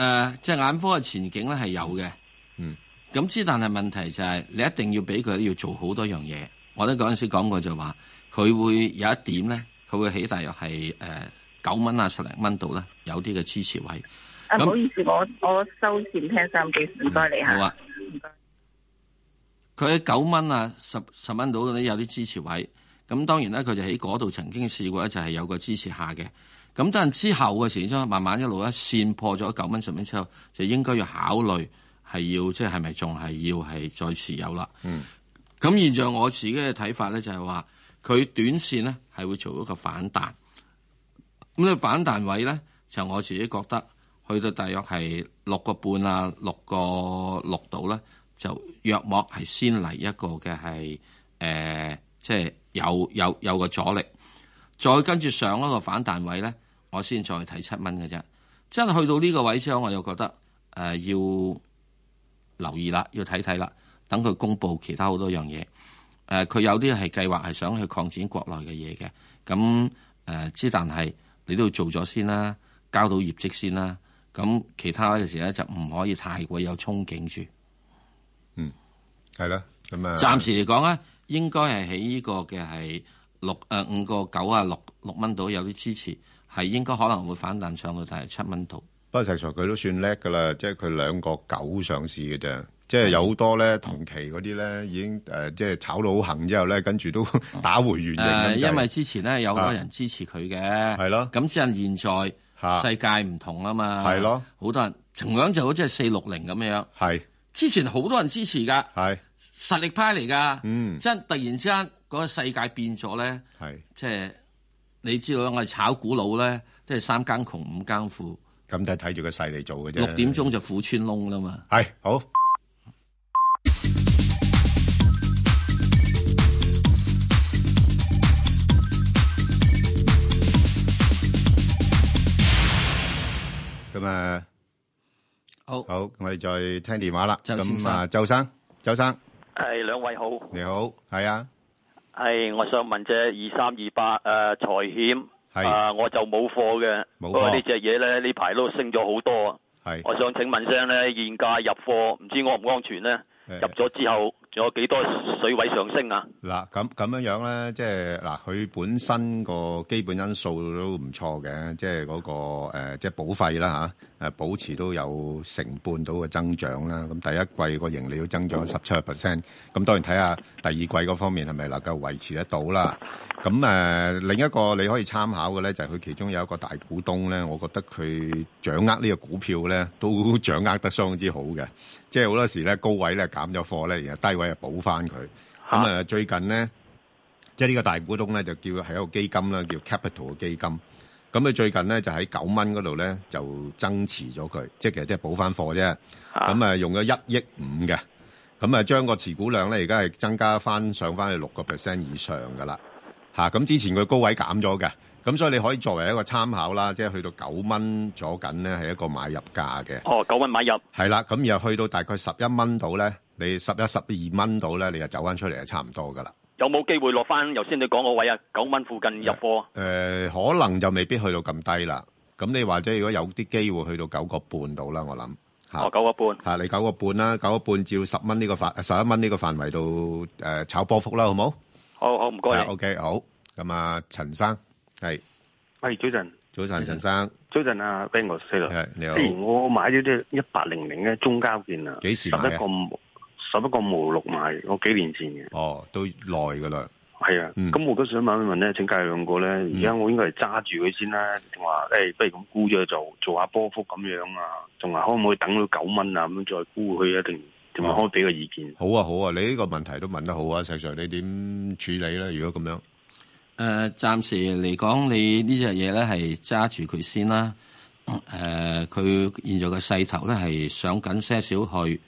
誒即係眼科嘅前景咧係有嘅，嗯，咁之但係問題就係你一定要俾佢要做好多樣嘢。我咧嗰陣時講過就話，佢會有一點咧，佢會起大約係誒九蚊啊十零蚊度啦，有啲嘅支持位。啊，唔咁好意思，我我收線聽收音機，唔該你好吓。啊唔該佢喺九蚊啊十十蚊度呢有啲支持位，咁當然咧佢就喺嗰度曾經試過咧就係有個支持下嘅，咁但係之後嘅時鐘慢慢一路一線破咗九蚊十蚊之後，就應該要考慮係要即係係咪仲係要係再持有啦。嗯，咁現在我自己嘅睇法咧就係話，佢短線咧係會做一個反彈，咁呢反彈位咧就我自己覺得去到大約係六個半啊六個六度咧，就約莫係先嚟一個嘅係誒，即係有有有個阻力，再跟住上一個反彈位咧，我先再睇七蚊嘅啫。真係去到呢個位之後，我又覺得誒、呃要。留意啦，要睇睇啦，等佢公布其他好多樣嘢。誒、呃佢有啲係計劃係想去擴展國內嘅嘢嘅，咁誒、之但係你都要做咗先啦，交到業績先啦。咁其他嘅時咧就唔可以太過有憧憬住。嗯係啦，咁啊，暫時嚟講咧，應該係喺呢個嘅係六誒五個九啊六六蚊度有啲支持，係應該可能會反彈上到就係七蚊度。不過石 Sir 佢都算叻㗎啦，即係佢兩個九上市嘅啫，即係有好多咧同期嗰啲咧已經誒、即係炒到好行之後咧，跟住都 (laughs) 打回原形誒、咁滯呃因為之前咧有好多人支持佢嘅，係咯。咁即係現嚇在世界唔同啊嘛，係咯，好多人同樣就好似係四六零咁樣，係之前好多人支持㗎，係實力派嚟㗎，嗯即係突然之間嗰個世界變咗咧，係即係你知道我哋炒股佬咧，即係三更窮五更富，咁就睇住個勢嚟做嘅啫。六點鐘就苦穿窿啦嘛，係好。咁啊，好，好，我哋再聽電話啦。周先咁生啊，周生，周生係兩位好，你好，係啊，係我想問只二三二八誒財險，啊我就冇貨嘅，冇貨不過呢只嘢咧呢排都升咗好多啊。係我想請問聲咧，現價入貨唔知安唔安全咧？入咗之後仲有幾多水位上升啊？嗱，咁咁樣樣咧，即係嗱，佢本身個基本因素都唔錯嘅，即係嗰個、呃、即係保費啦嚇，誒保持都有成半到嘅增長啦。咁第一季個盈利都增長十七個 percent，咁當然睇下第二季嗰方面係咪能夠維持得到啦。咁誒、呃另一個你可以參考嘅咧，就係佢其中有一個大股東咧，我覺得佢掌握呢個股票咧，都 (laughs) 掌握得相當之好嘅。即係好多時咧高位咧減咗貨咧，然後低位啊補翻佢。咁啊、最近咧，即係呢個大股東咧就叫係一個基金啦，叫 Capital 嘅基金。咁佢最近咧就喺九蚊嗰度咧就增持咗佢，即係其實即係補翻貨啫。咁啊用咗一億五嘅，咁啊將個持股量咧而家係增加翻上翻去六個 percent 以上噶啦。嚇、咁之前佢高位減咗嘅，咁所以你可以作為一個參考啦，即係去到九蚊左緊咧係一個買入價嘅。哦，九蚊買入，係啦，咁然後去到大概十一蚊度咧，你十一、十二蚊度咧，你就走翻出嚟就差唔多噶啦。有冇機會落翻？頭先你講個位啊，九蚊附近入貨啊。誒、可能就未必去到咁低啦。咁你或者如果有啲機會去到九個半度啦，我諗嚇。哦，九個半。嚇、你九個半啦，九個半至十蚊呢個範，十一蚊呢個範圍度誒、炒波幅啦，好冇？好好，唔該係你。啊 OK，好。咁啊，陳生係喂，早晨，早晨，陳生，早晨啊 b a n g o 四係你好之前我買咗啲一八零零嘅中交建啊，幾時十買啊一個五十一個無六買，我幾年前嘅。哦，都耐噶啦。嗯係啊，咁、我都想問一問咧，請介兩個咧，而家我應該係揸住佢先啦，定話誒，不如咁沽咗就做下波幅咁樣啊，仲話可唔可以等到九蚊啊咁樣再沽佢啊？定定哦話可唔可以俾個意見？好啊，好啊，你呢個問題都問得好啊，石 Sir，你點處理咧？如果咁樣，誒、暫時呃嚟講，你呢隻嘢咧係揸住佢先啦。 (coughs) 誒、佢現在嘅勢頭咧係上緊些少去，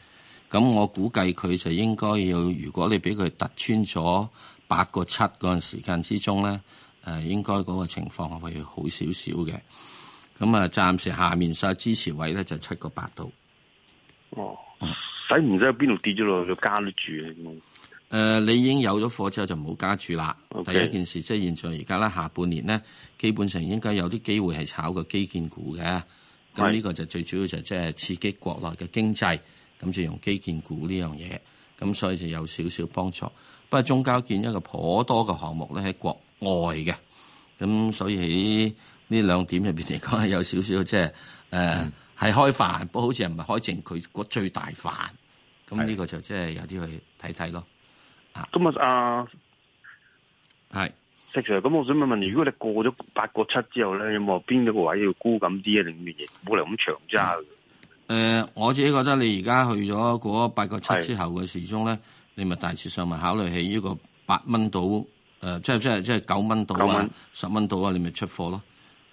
咁我估計佢就應該要，如果你俾佢突穿咗八個七嗰陣時間之中咧，誒、應該嗰個情況會好少少嘅。咁啊，暫時下面實支持位咧就七個八度。哦，啊使唔使喺邊度跌咗落去加得住啊？誒、呃你已經有咗貨之後就唔好加注啦。 OK 第一件事，即係現在而家咧，下半年咧，基本上應該有啲機會係炒個基建股嘅。咁係呢個就最主要就即係刺激國內嘅經濟，咁就用基建股呢樣嘢，咁所以就有少少幫助。不過中交建一個頗多嘅項目咧喺國外嘅，咁所以喺呢兩點入邊嚟講係有少少即係誒嗯係開飯，不過好似唔係開正佢個最大飯。咁呢個就即係有啲去睇睇咯。咁啊，阿係石 Sir，咁我想問問，如果你過咗八個七之後咧，有冇話邊一個位要沽咁啲啊？定乜嘢？冇嚟咁長揸嘅。誒、呃我自己覺得你而家去咗嗰八個七之後嘅時鐘咧，你咪大致上咪考慮起呢個八蚊到誒，即係即係即係九蚊到九啊蚊，哦十蚊到啊，你咪出貨咯，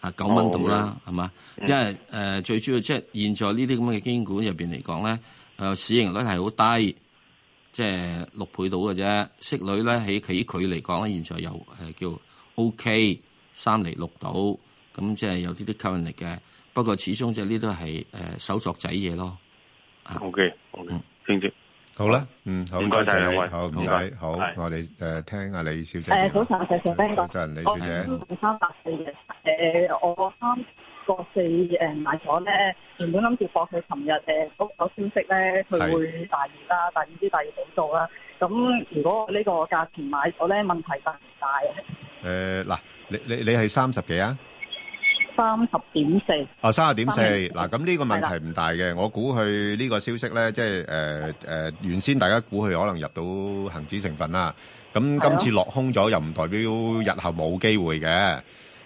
啊九蚊到啦，係嘛、嗯因為誒、最主要即係現在呢啲咁嘅經管入邊嚟講咧，誒、市盈率係好低，即係六倍到嘅啫，息率咧喺喺佢嚟講咧，現在有誒、叫 OK 三厘六到，咁即係有啲啲吸引力嘅。不過始終就呢都係誒手作仔嘢咯。啊 O K O K，清晰。好啦，嗯，好，唔該晒多謝兩你位好，唔唔使該，好，我哋誒聽下李小姐誒，電話。呃早晨，石 Sir，Ben 哥。早晨李小姐我三百四嘅，誒，我三個四誒買咗咧，原本諗住博佢琴日誒嗰個消息咧，佢會大熱啦，大熱啲大熱好做啦。咁如果我呢個價錢買咗咧，問題大唔大啊？誒嗱，你你你係三十幾啊？三十點四。哦，三十點四， 30.4嗱咁呢個問題唔大嘅，我估佢呢個消息咧，即係誒誒，原先大家估佢可能入到恒指成分啦，咁今次落空咗又唔代表日後冇機會嘅，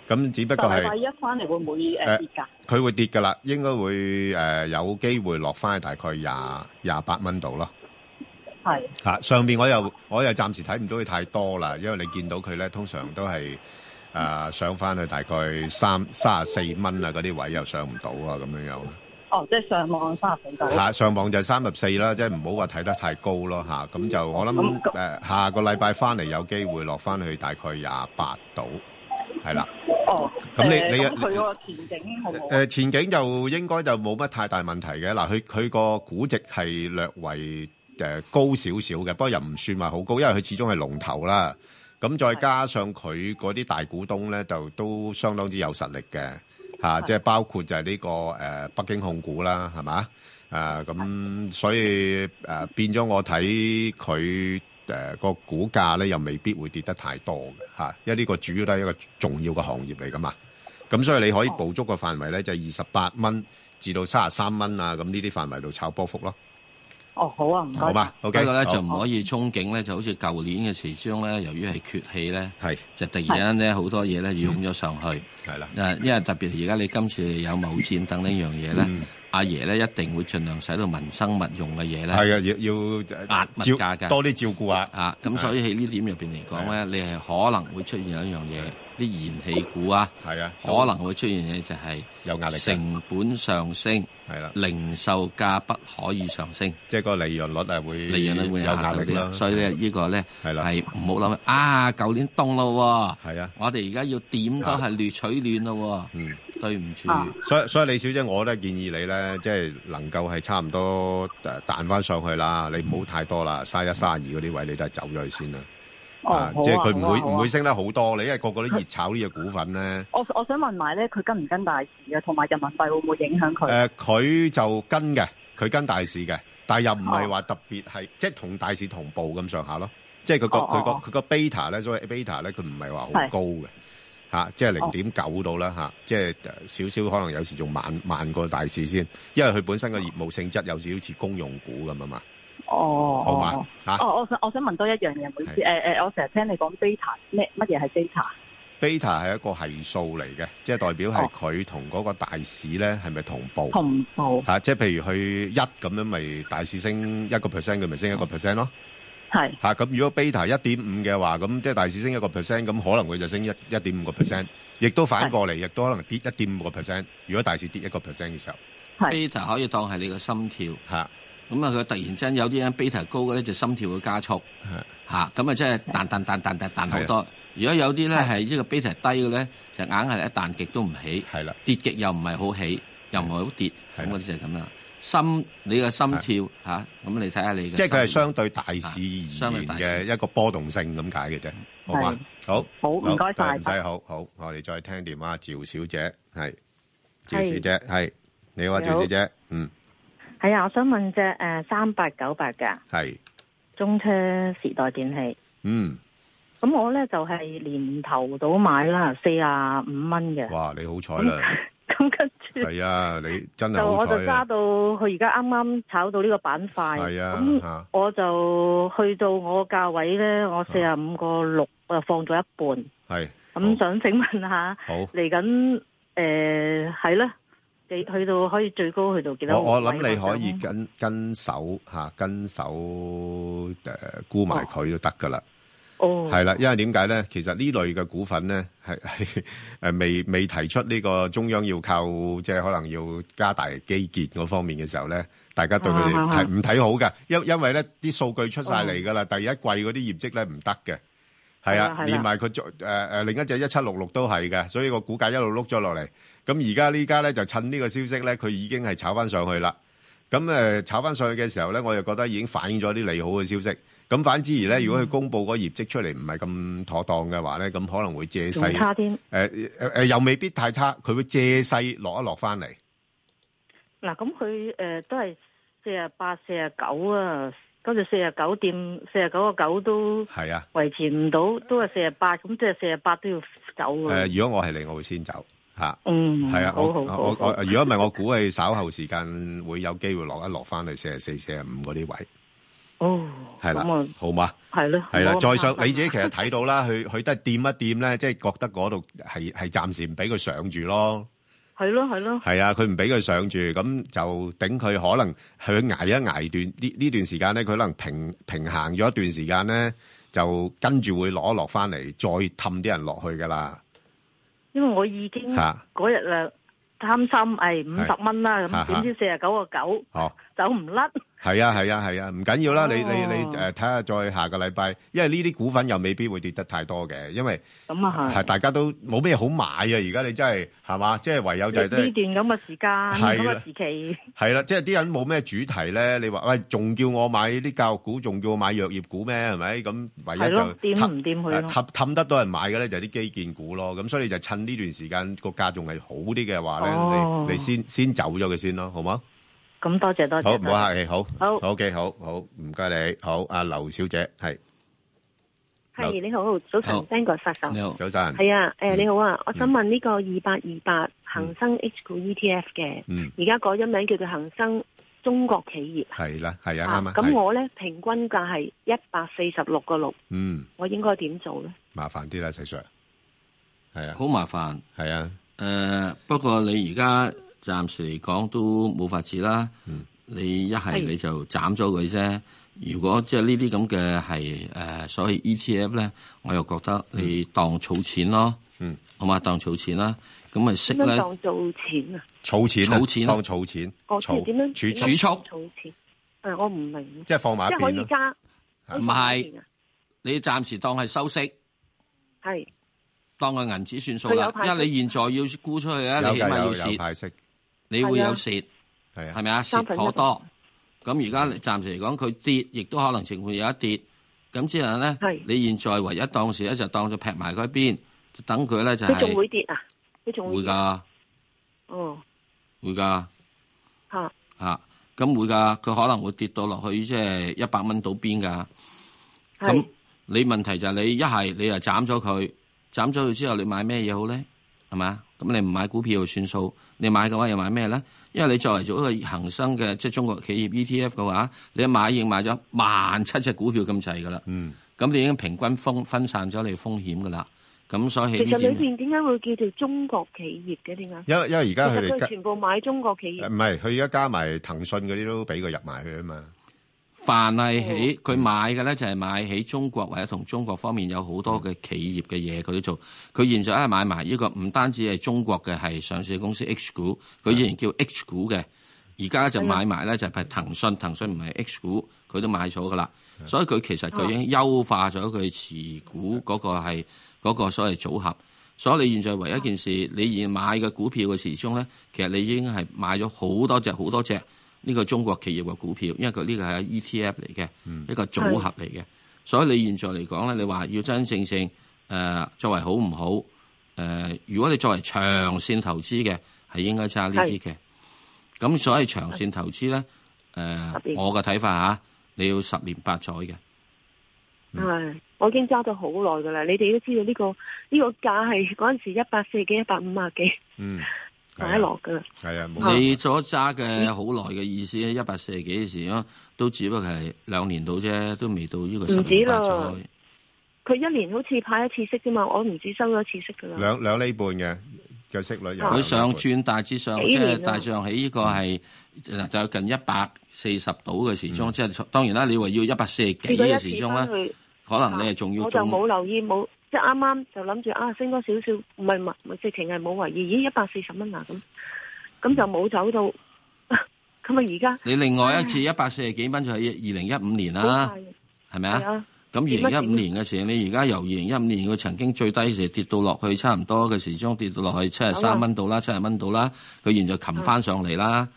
咁只不過但係係禮。呃一翻嚟會唔會誒跌㗎？佢會跌㗎啦，應該會誒、呃有機會落翻去大概廿廿八蚊度咯。係嚇、啊上邊我又我又暫時睇唔到佢太多啦，因為你見到佢咧通常都係誒、呃上翻去大概三三十四蚊啊嗰啲位又上唔到啊咁樣樣。哦，即係上網三十點九。嚇啊上網就三十四啦，即係唔好話睇得太高咯嚇。咁就我諗誒、呃下個禮拜翻嚟有機會落翻去大概廿八度，係啦。哦，咁你誒你啊呃咁佢嗰個前景好唔好啊誒、？前景就應該就冇乜太大問題嘅。嗱，佢佢個估值係略為誒、呃高少少嘅，不過又唔算話好高，因為佢始終係龍頭啦。咁再加上佢嗰啲大股東咧，就都相當之有實力嘅嚇、即係包括就係呢、個誒、呃北京控股啦，係嘛？誒、啊，咁所以誒、啊變咗我睇佢誒個股價咧，又未必會跌得太多嘅嚇、因為呢個主要都係一個重要嘅行業嚟噶嘛。咁所以你可以捕捉個範圍咧，就係二十八蚊至到三十三蚊啊，咁呢啲範圍度炒波幅咯。哦，好啊，唔好該。嘛不，OK，過咧好就唔可以憧憬咧，就好似舊年嘅時鐘咧，由於係缺氣咧，就突然間咧好多嘢咧要湧咗上去，係啦。誒，因為特別而家你今次有貿戰等呢樣嘢咧嗯，阿爺咧一定會盡量使到民生物用嘅嘢咧，係啊，壓要要物價照㗎，多啲照顧下啊。咁所以喺呢點入邊嚟講咧，你係可能會出現一樣嘢，啲燃氣股啊，係啊，可能會出現嘅就係有壓力㗎成本上升，係啦，零售價不可以上升，即係個利潤率係會利潤率會有下壓降力啦啲，所以咧呢個咧係唔好諗啊！舊年凍咯喎，係啊，我哋而家要點都係劣取暖咯喎，嗯，對唔住，所以所以李小姐，我咧建議你咧，即係能夠係差唔多誒彈翻上去啦，你唔好太多啦，卅一卅二嗰啲位你都係走咗去先啦。哦好啊即係佢唔會好啊好啊唔會升得好多，你因為個個都熱炒呢只股份咧。我我想問埋咧，佢跟唔跟大市啊？同埋人民幣會唔會影響佢？誒，佢就跟嘅，佢跟大市嘅，但係又唔係話特別係即係同大市同步咁上下咯。即係佢個哦哦哦佢個哦佢個 beta 咧，所謂 beta 咧，佢唔係話好係高嘅嚇，即係哦零點九到啦嚇，即係誒少少可能有時仲慢慢過大市先，因為佢本身個業務性質有少少似公用股咁啊嘛。哦，好嘛嚇哦，我想我想問多一樣嘢，唔好意思，誒誒，我成日聽你講 beta 咩乜嘢係 beta？ beta 係一個係數嚟嘅，即係代表係佢同嗰個大市咧係咪同步？哦啊同步嚇，即係譬如佢一咁樣，咪大市升一個 percent，佢咪升一個 percent 咯。係嚇，咁如果 beta 一點五嘅話，咁即係大市升一個 percent，咁可能佢就升一一點五個 percent，亦都反過嚟，亦都可能跌一點五個 percent。如果大市跌一個 percent 嘅時候， beta 可以當係你個心跳。嚇，咁啊，佢突然之間有啲人 beta 高嘅咧，就心跳會加速。嗯嚇，咁啊，即係彈彈彈彈彈彈好多。如果有啲咧係呢個 beta 低嘅咧，就硬係一彈極都唔起。係啦，跌極又唔係好起，又唔係好跌，咁嗰啲就係咁啦。心你個心跳嚇，咁你睇下你嘅心跳。啊即係佢係相對大市相而對言大嘅市一個波動性咁解嘅啫，好嘛？好，好唔該晒唔使好好，我哋再聽電話，趙小姐係，趙小姐係，你好啊，你趙好小姐，嗯，系啊，我想问只诶三八九八嘅係，中车时代电器，嗯，咁我咧就系、年头到买啦，四啊五蚊嘅，哇，你好彩啦，咁跟住係啊，你真係就我好就彩揸啊，到佢而家啱啱炒到呢个板块，係啊咁嚇我就去到我價位咧，我四啊五个六啊放咗一半，係，咁想請問下，好嚟緊诶係啦，你去到可以最高去到幾多我位？我諗你可以跟跟手嚇，跟手誒沽埋佢都得噶啦。哦，係啦，因為點解咧？其實呢類嘅股份咧，係 (laughs) 係誒未未提出呢個中央要靠，即係可能要加大基建嗰方面嘅時候咧，大家對佢哋啊啊啊哦睇唔睇好嘅？因因為咧啲數據出晒嚟㗎啦，第一季嗰啲業績咧唔得嘅，係啊係係啊，啊連埋佢再誒誒另一隻一七六六都係嘅，所以個股價一路碌咗落嚟。咁而家呢家咧就趁呢個消息咧，佢已經係炒翻上去啦。咁誒、呃炒翻上去嘅時候咧，我又覺得已經反映咗啲利好嘅消息。咁反之而咧，如果佢公布嗰個業績出嚟唔係咁妥當嘅話咧，咁可能會借勢仲差添。誒誒誒又未必太差，佢會借勢落一落翻嚟。嗱，咁佢誒都係四啊八、四啊九啊，跟住四啊九店、四啊九個九都係啊，維持唔到，都係四啊八，咁即係四啊八都要走誒、啊。呃如果我係你，我會先走嚇。嗯係啊，我好好好我我好如果唔係，我估係稍後時間會有機會落一落翻去四十四、四十五嗰啲位，哦，係啦咁啊，好嘛？係咯，係啦，冇咁再上擔心你自己其實睇到啦，佢佢都係掂一掂咧，即係覺得嗰度係係暫時唔俾佢上住咯。係咯係咯，係啊，佢唔俾佢上住，咁就頂佢可能佢捱一捱段呢呢段時間咧，佢可能平平行咗一段時間咧，就跟住會攞一落翻嚟，再氹啲人落去噶啦。因為我已經嚇嗰日啊貪心，誒五十蚊啦，嚇咁嚇點知四啊九個九哦，走唔甩，係啊，係啊，係啊，唔緊要啦，你你你哦誒睇下再下個禮拜，因為呢啲股份又未必會跌得太多嘅，因為咁啊係大家都冇咩好買啊，而家你真係係嘛，即係唯有就係呢都段係咁嘅時間係咁啦嘅時期，係啦，即係啲人冇咩主題咧。你話喂，仲叫我買啲教育股，仲叫我買藥業股咩？係咪？咁唯一係咯，就啊掂氹唔掂佢誒咯？氹氹得到人買嘅咧，就係啲基建股咯。咁所以就趁呢段時間個價仲係好啲嘅話咧，哦你你先先走咗佢先咯，好冇？咁多謝多謝。好，唔好客氣，好，好 OK，好好，唔該你，好，阿劉小姐係，系你好，早好晨 b a n 哥杀手，早晨，系啊，Ừ. 嗯诶、你好啊，我想問呢個二八二八恒生 H 股 ETF 嘅，嗯而家改咗名叫做恒生中國企業。係啦，係啊，啱啊，咁係我咧平均價係一百四十六個六，嗯我應該點做咧？麻煩啲啦，石 Sir，係啊，好麻煩。係啊。誒、不過你而家暫時嚟講都冇法子啦。嗯你一係係你就斬咗佢啫。如果即係呢啲咁嘅係誒，所謂 E ETF 咧，我又覺得你當儲錢咯。嗯，好嘛，當儲錢啦。咁咪息點樣咧，當做錢啊？儲錢啊儲錢啊當儲錢，我哦即係儲點樣儲點樣儲錢？誒，我唔明。即係放埋一即係可以邊咯，加，唔係啊你暫時當係收息，係當個銀紙算數佢啦有。派息因為你現在要沽出去咧，有你起㗎碼要有有蝕，派息，你會有蝕。係啊，係咪啊？三蝕分一妥多。咁而家你暫時嚟講，佢跌，亦都可能情況有一跌。咁之後咧，你現在唯一當時咧就當咗劈埋佢一邊，就等佢咧就佢仲係會跌啊？佢仲會會跌㗎，哦會㗎嚇嚇。啊咁會㗎，佢可能會跌到落去即係一百蚊到邊㗎。係咁你問題就係你一係你就斬咗佢，斬咗佢之後你買咩嘢好咧？係咪啊？咁你唔買股票就算數，你買嘅話又買咩咧？因為你作為做一個恒生嘅即係中國企業 ETF 嘅話，你一買已經買咗萬七隻股票咁滯㗎啦。嗯，咁你已經平均分分散咗你風險㗎啦。咁所以其呢實啊裏點邊點解會叫做中國企業嘅？點解？因為因為而家佢其哋實加全部買中國企業唔係佢而家加埋騰訊嗰啲都俾佢入埋去啊嘛，凡係起佢買嘅咧，就係買起中國或者同中國方面有好多嘅企業嘅嘢，佢都做。佢現在咧啊買埋呢個唔單止係中國嘅係上市公司 H 股，佢以前叫 H 股嘅，而家就買埋咧就係騰訊，騰訊唔係 H 股，佢都買咗噶啦。所以佢其實佢已經優化咗佢持股嗰個係嗰個所謂組合。所以你現在唯一一件事，你現買嘅股票嘅時鐘咧，其實你已經係買咗好多隻好多隻呢個中國企業嘅股票，因為佢呢個係 ETF 嚟嘅、一個組合嚟嘅。所以你現在嚟講咧，你話要真真正正誒、呃作為好唔好誒、呃如果你作為長線投資嘅，係應該揸呢啲嘅。咁所以長線投資咧，誒、我嘅睇法嚇，你要十年八載嘅。嗯係，我已經揸咗好耐㗎啦。你哋都知道呢、個呢、個價係嗰陣時一百四幾、一百五啊幾嗯，買落㗎啦。係啊，冇你所揸嘅好耐嘅意思，一百四十幾時咯，都只不過係兩年到啫，都未到呢個十唔止年啦八載。佢一年好似派一次息啫嘛，我唔止收咗一次息㗎啦。兩兩厘半嘅嘅息率啊有佢上轉大致上幾即年啊係大致上喺呢個係就近一百四十度嘅時鐘，嗯即係當然啦。你話要一百四十幾試過一嘅次時鐘返咧，去，可能你係仲要嗯我就仲冇留意冇，即係啱啱就諗住啊升多少少，唔係唔係直情係冇為意，咦一百四十蚊啊咁，咁就冇走到， (laughs) 咁啊你另外一次一百四十幾蚊就喺二零一五年而家啦好，快係咪係啊啊？咁二零一五年嘅時候，你而家由二零一五年佢曾經最低時跌到落去差唔多嘅時鐘跌到落去七十三蚊度啦，七十蚊度啦，佢現在擒翻上嚟啦，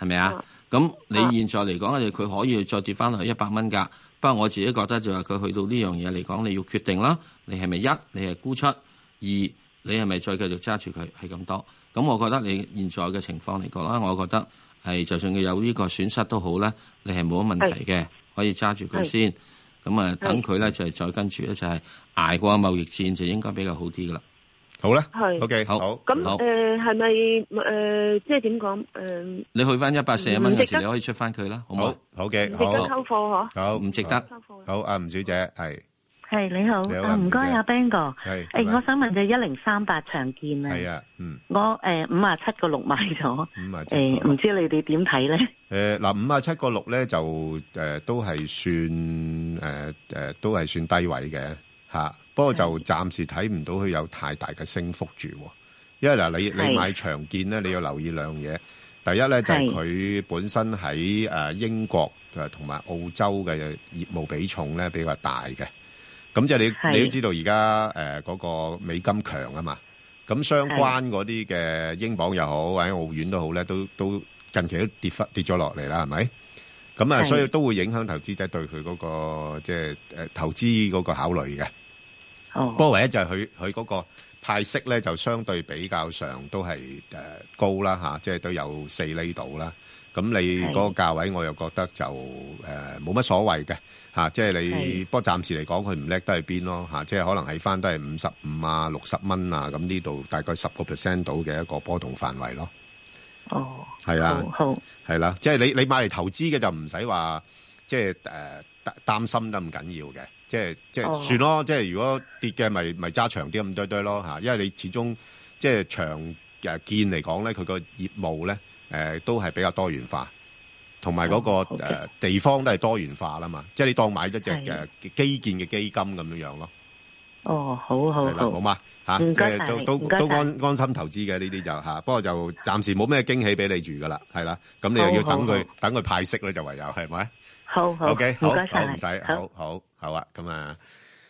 係咪啊？咁你現在嚟講，佢可以再跌翻落去一百蚊㗎。不過我自己覺得就係佢去到呢樣嘢嚟講，你要決定啦，你係咪一你係沽出，二你係咪再繼續揸住佢係咁多？咁我覺得你現在嘅情況嚟講啦，我覺得係就算佢有呢個損失都好咧，你係冇乜問題嘅，可以揸住佢係先。咁嗯啊，等佢咧就係再跟住咧就係捱過貿易戰就應該比較好啲噶啦。好啦係，OK，好，咁呃好，誒係咪誒即係點講誒？你去翻一百四十蚊唔值嗰得時，你可以出翻佢啦，好唔好？好嘅唔值得溝貨嗬？好唔值得。好啊，吳小姐係係你好你好，啊唔該林小姐阿 Bang 哥，係哎啊誒我想問就一零三八長建啊，係啊，嗯。我呃誒五啊七個 (laughs) 六買咗， 57誒唔知你哋點睇咧？ (laughs) 誒嗱，五啊七個六咧就誒、都係算誒誒、都係算低位嘅嚇、不過就暫時睇唔到佢有太大嘅升幅住喎，因為嗱你你係買長建咧，你要留意兩嘢。第一咧就係係佢本身喺誒英國誒同埋澳洲嘅業務比重咧比較大嘅。咁即係係你你都知道而家誒呃嗰個美金強啊嘛，咁相關嗰啲嘅英鎊又好或者澳元都好咧，都都近期都跌翻跌咗落嚟啦，係咪？咁啊，係所以都會影響投資者對佢嗰、個即係誒投資嗰個考慮嘅。哦不過唯一就係佢佢嗰個派息咧，就相對比較上都係誒、呃高啦嚇、即係都有四厘度啦。咁你係嗰個價位，我又覺得就誒冇乜所謂嘅嚇，即係你係不過暫時嚟講，佢唔叻都係邊咯嚇，即係可能喺翻都係五十五啊、六十蚊啊咁呢度，大概十個 percent 到嘅一個波動範圍咯。哦，係啊，好係啦，即係你你買嚟投資嘅就唔使話即係誒擔心得咁緊要嘅，即係即哦係算咯，即係如果跌嘅咪咪揸長啲咁堆堆咯嚇，因為你始終即係長誒見嚟講咧，佢個業務咧誒、呃都係比較多元化。哦同埋嗰個誒地方都係多元化啦嘛，即係你當買咗隻誒係基建嘅基金咁樣樣咯，哦，好好係啦，好好，嘛嚇，即唔該係晒都你都唔該都晒安安心投資嘅呢啲就嚇，不過就暫時冇咩驚喜俾你住噶啦，係啦，咁你又要好好等佢好等佢派息咧，就唯有係咪？好好 OK，好，唔該晒好，唔使，好好好好啊，咁啊，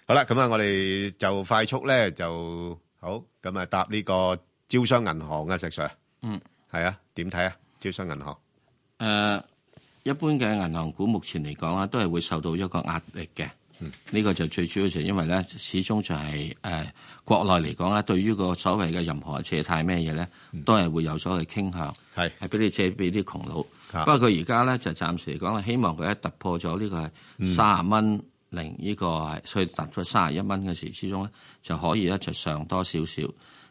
好啦，咁啊，我哋就快速咧就好，咁啊答呢個招商銀行啊，石 Sir，嗯，係啊，點睇啊？招商銀行，誒、呃一般嘅銀行股目前嚟講啊，都係會受到一個壓力嘅。呢、個就最主要就係因為咧，始終就係、誒、國內嚟講咧，啊對於個所謂嘅任何借貸咩嘢咧，都係會有所謂傾向，嗯係係俾你借俾啲窮佬。啊不過佢而家咧就暫時嚟講咧，希望佢一突破咗呢個係嗯三十蚊零呢個係，所以突咗三十一蚊嘅時之中咧，就可以咧就上多少少。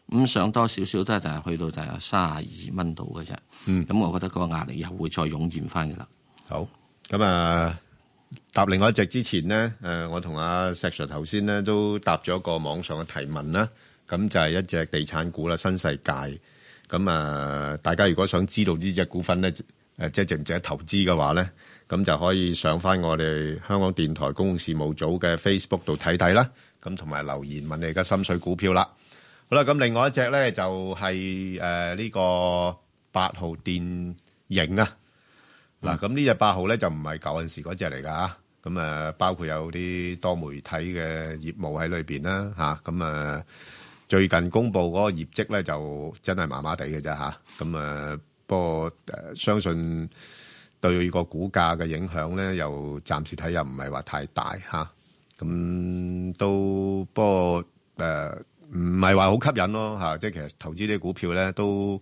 咁上多少少都係就係去到就係三十二蚊度嘅啫。嗯咁我覺得個壓力又會再湧現翻嘅啦。好，咁啊。答另外一隻之前咧，誒、我同阿石 Sir 頭先咧都答咗個網上嘅提問啦，咁就係一隻地產股啦，新世界。咁啊，大家如果想知道呢只股份咧，誒、即係值唔值得投資嘅話咧，咁就可以上翻我哋香港電台公共事務組嘅 Facebook 度睇睇啦，咁同埋留言問你而家心水股票啦。好啦，咁另外一隻咧就係誒呢個八號電影啊。嗱，咁呢只八號咧就唔係舊陣時嗰只嚟㗎嚇，咁誒包括有啲多媒體嘅業務喺裏邊啦嚇，咁誒最近公布嗰個業績咧就真係麻麻地嘅啫嚇，咁誒不過誒相信對個股價嘅影響咧又暫時睇又唔係話太大嚇，咁都不過誒唔係話好吸引咯嚇，即係其實投資呢啲股票咧都。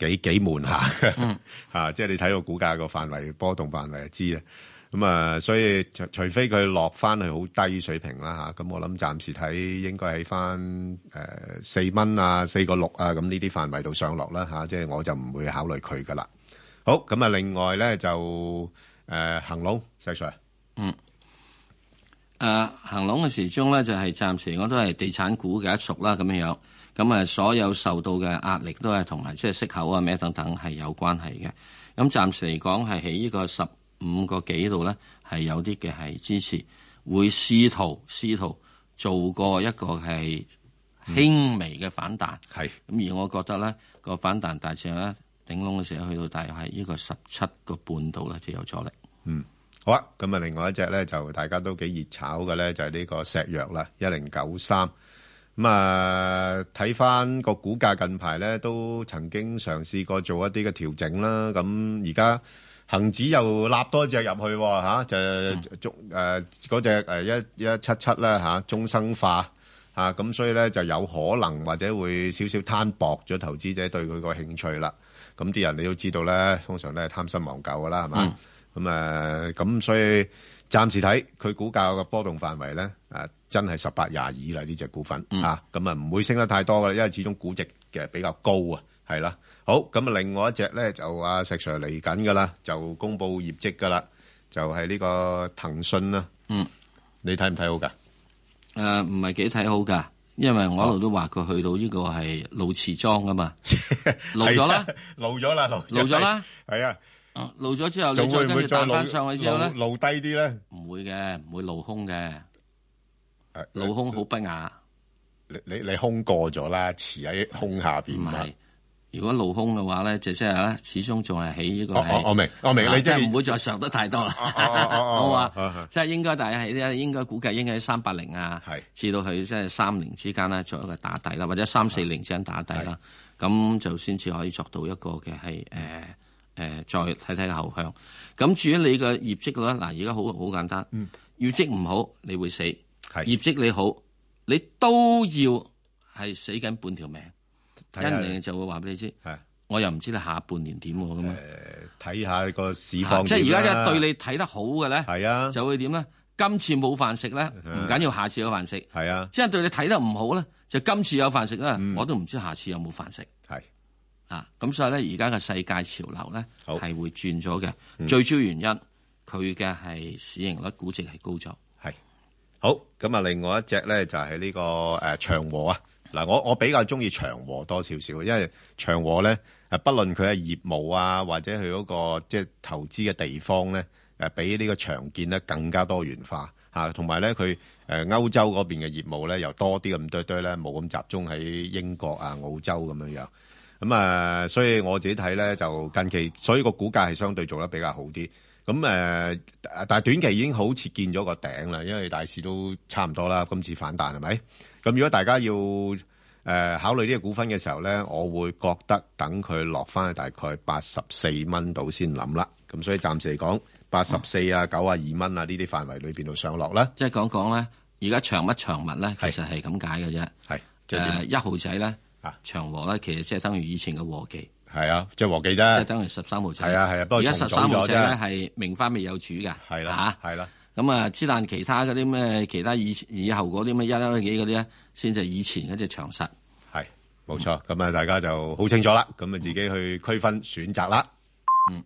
幾幾悶下， (laughs) 嚇，即係你睇到股價個範圍波動範圍就知啦。咁啊，所以除除非佢落翻去好低水平啦嚇，咁我諗暫時睇應該喺翻誒四蚊啊、四個六啊咁呢啲範圍度上落啦嚇，即係我就唔會考慮佢噶啦。好，咁啊，另外咧就誒恒隆石 Sir，嗯，誒、恒呃隆嘅時鐘咧就係、暫時我都係地產股嘅一屬啦，咁樣樣。咁啊，所有受到嘅壓力都係同埋即係息口啊咩等等係有關係嘅。咁暫時嚟講係喺呢個十五個幾度咧係有啲嘅係支持，會試圖試圖做過一個係輕微嘅反彈。係咁而我覺得咧個反彈大致咧頂籠嘅時候去到大約係呢個十七個半度咧就有阻力。嗯，好啊。咁啊，另外一隻咧就大家都幾熱炒嘅咧，就係、呢個石藥啦，一零九三。咁啊，睇翻個股價近排咧都曾經嘗試過做一啲嘅調整啦。咁而家恒指又立多隻入去喎、吓就中誒嗰只誒一一七七啦嚇，中生化嚇，咁、所以咧就有可能或者會少少攤薄咗投資者對佢個興趣啦。咁啲人你都知道咧，通常都係貪新忘舊噶啦，係嘛？咁誒咁所以暫時睇佢股價嘅波動範圍咧，誒、真係十八廿二啦呢只股份嗯啊，咁啊唔會升得太多噶啦，因為始終估值嘅比較高啊，係啦。好，咁啊另外一隻咧就阿石 Sir 嚟緊噶啦，就公布業績噶啦，就係、呢個騰訊啦。嗯，你睇唔睇好噶？啊誒唔係幾睇好㗎，因為哦我一路都話佢去到呢個係露池裝㗎 (laughs) 嘛，露咗啦，啊露咗啦，露露咗啦，係啊，露咗之後你仲再會唔跟會住再彈露翻上去之後咧，露低啲咧？唔會嘅，唔會露空嘅，露空好不雅。你你你空過咗啦，遲喺空下邊唔係，如果露空嘅話咧，就即係咧，始終仲係喺呢個哦係哦我明我明啊 (laughs) 你即即係係唔會再上得太多啦。哦 (laughs) 好哦啊嘛哦哦，即係應該大概係應該估計應該喺三八零啊，至到佢即係三零之間咧作一個打底啦，或者三四零之間打底啦，咁就先至可以作到一個嘅係誒。誒再睇睇後向，咁至於你嘅業績咧，嗱而家好好簡單，嗯業績唔好你會死，業績你好你都要係死緊半條命，睇下一唔就會話俾你知，我又唔知你下半年點喎咁啊。睇下個市啊況即係點而家啦對你睇得好嘅咧，係啊，就會點咧？今次冇飯食咧，唔緊要，下次有飯食。嗯係啊，嗯即係對你睇得唔好咧，就今次有飯食啦，我都唔知下次有冇飯食。係啊，咁所以咧，而家嘅世界潮流咧係會轉咗嘅。嗯最主要原因佢嘅係市盈率估值係高咗。係好，咁啊，另外一隻咧就係呢、個誒、呃、長和啊。嗱，我我比較中意長和多少少，因為長和咧誒，不論佢嘅業務啊，或者佢嗰、個即係投資嘅地方咧，誒比呢個長建咧更加多元化嚇，同埋咧佢誒歐洲嗰邊嘅業務咧又多啲咁多堆咧，冇咁集中喺英國啊、澳洲咁樣樣。咁啊，所以我自己睇咧，就近期，所以個股價係相對做得比較好啲。咁誒、呃但係短期已經好似見咗個頂啦，因為大市都差唔多啦，今次反彈係咪？咁如果大家要誒、呃考慮呢個股份嘅時候咧，我會覺得等佢落翻去大概八十四蚊度先諗啦。咁所以暫時嚟講，八十四啊、九啊二蚊啊呢啲範圍裏邊度上落啦。哦即係講講咧，而家長乜長物咧，其實係咁解嘅啫。呃係即係點啊誒一號仔咧，長和咧，其實即係等於以前嘅和記。係啊，即係和記啫。係即等於十三號仔。係啊係啊不過而家重十組三號仔咗咧啫係名花未有主㗎。係啦，係啦。咁啊，之但其他嗰啲咩，其他以以後嗰啲咩一一幾嗰啲咧，先就以前嗰只長實。係冇錯，咁啊，大家就好清楚啦，咁啊，自己去區分選擇啦。嗯。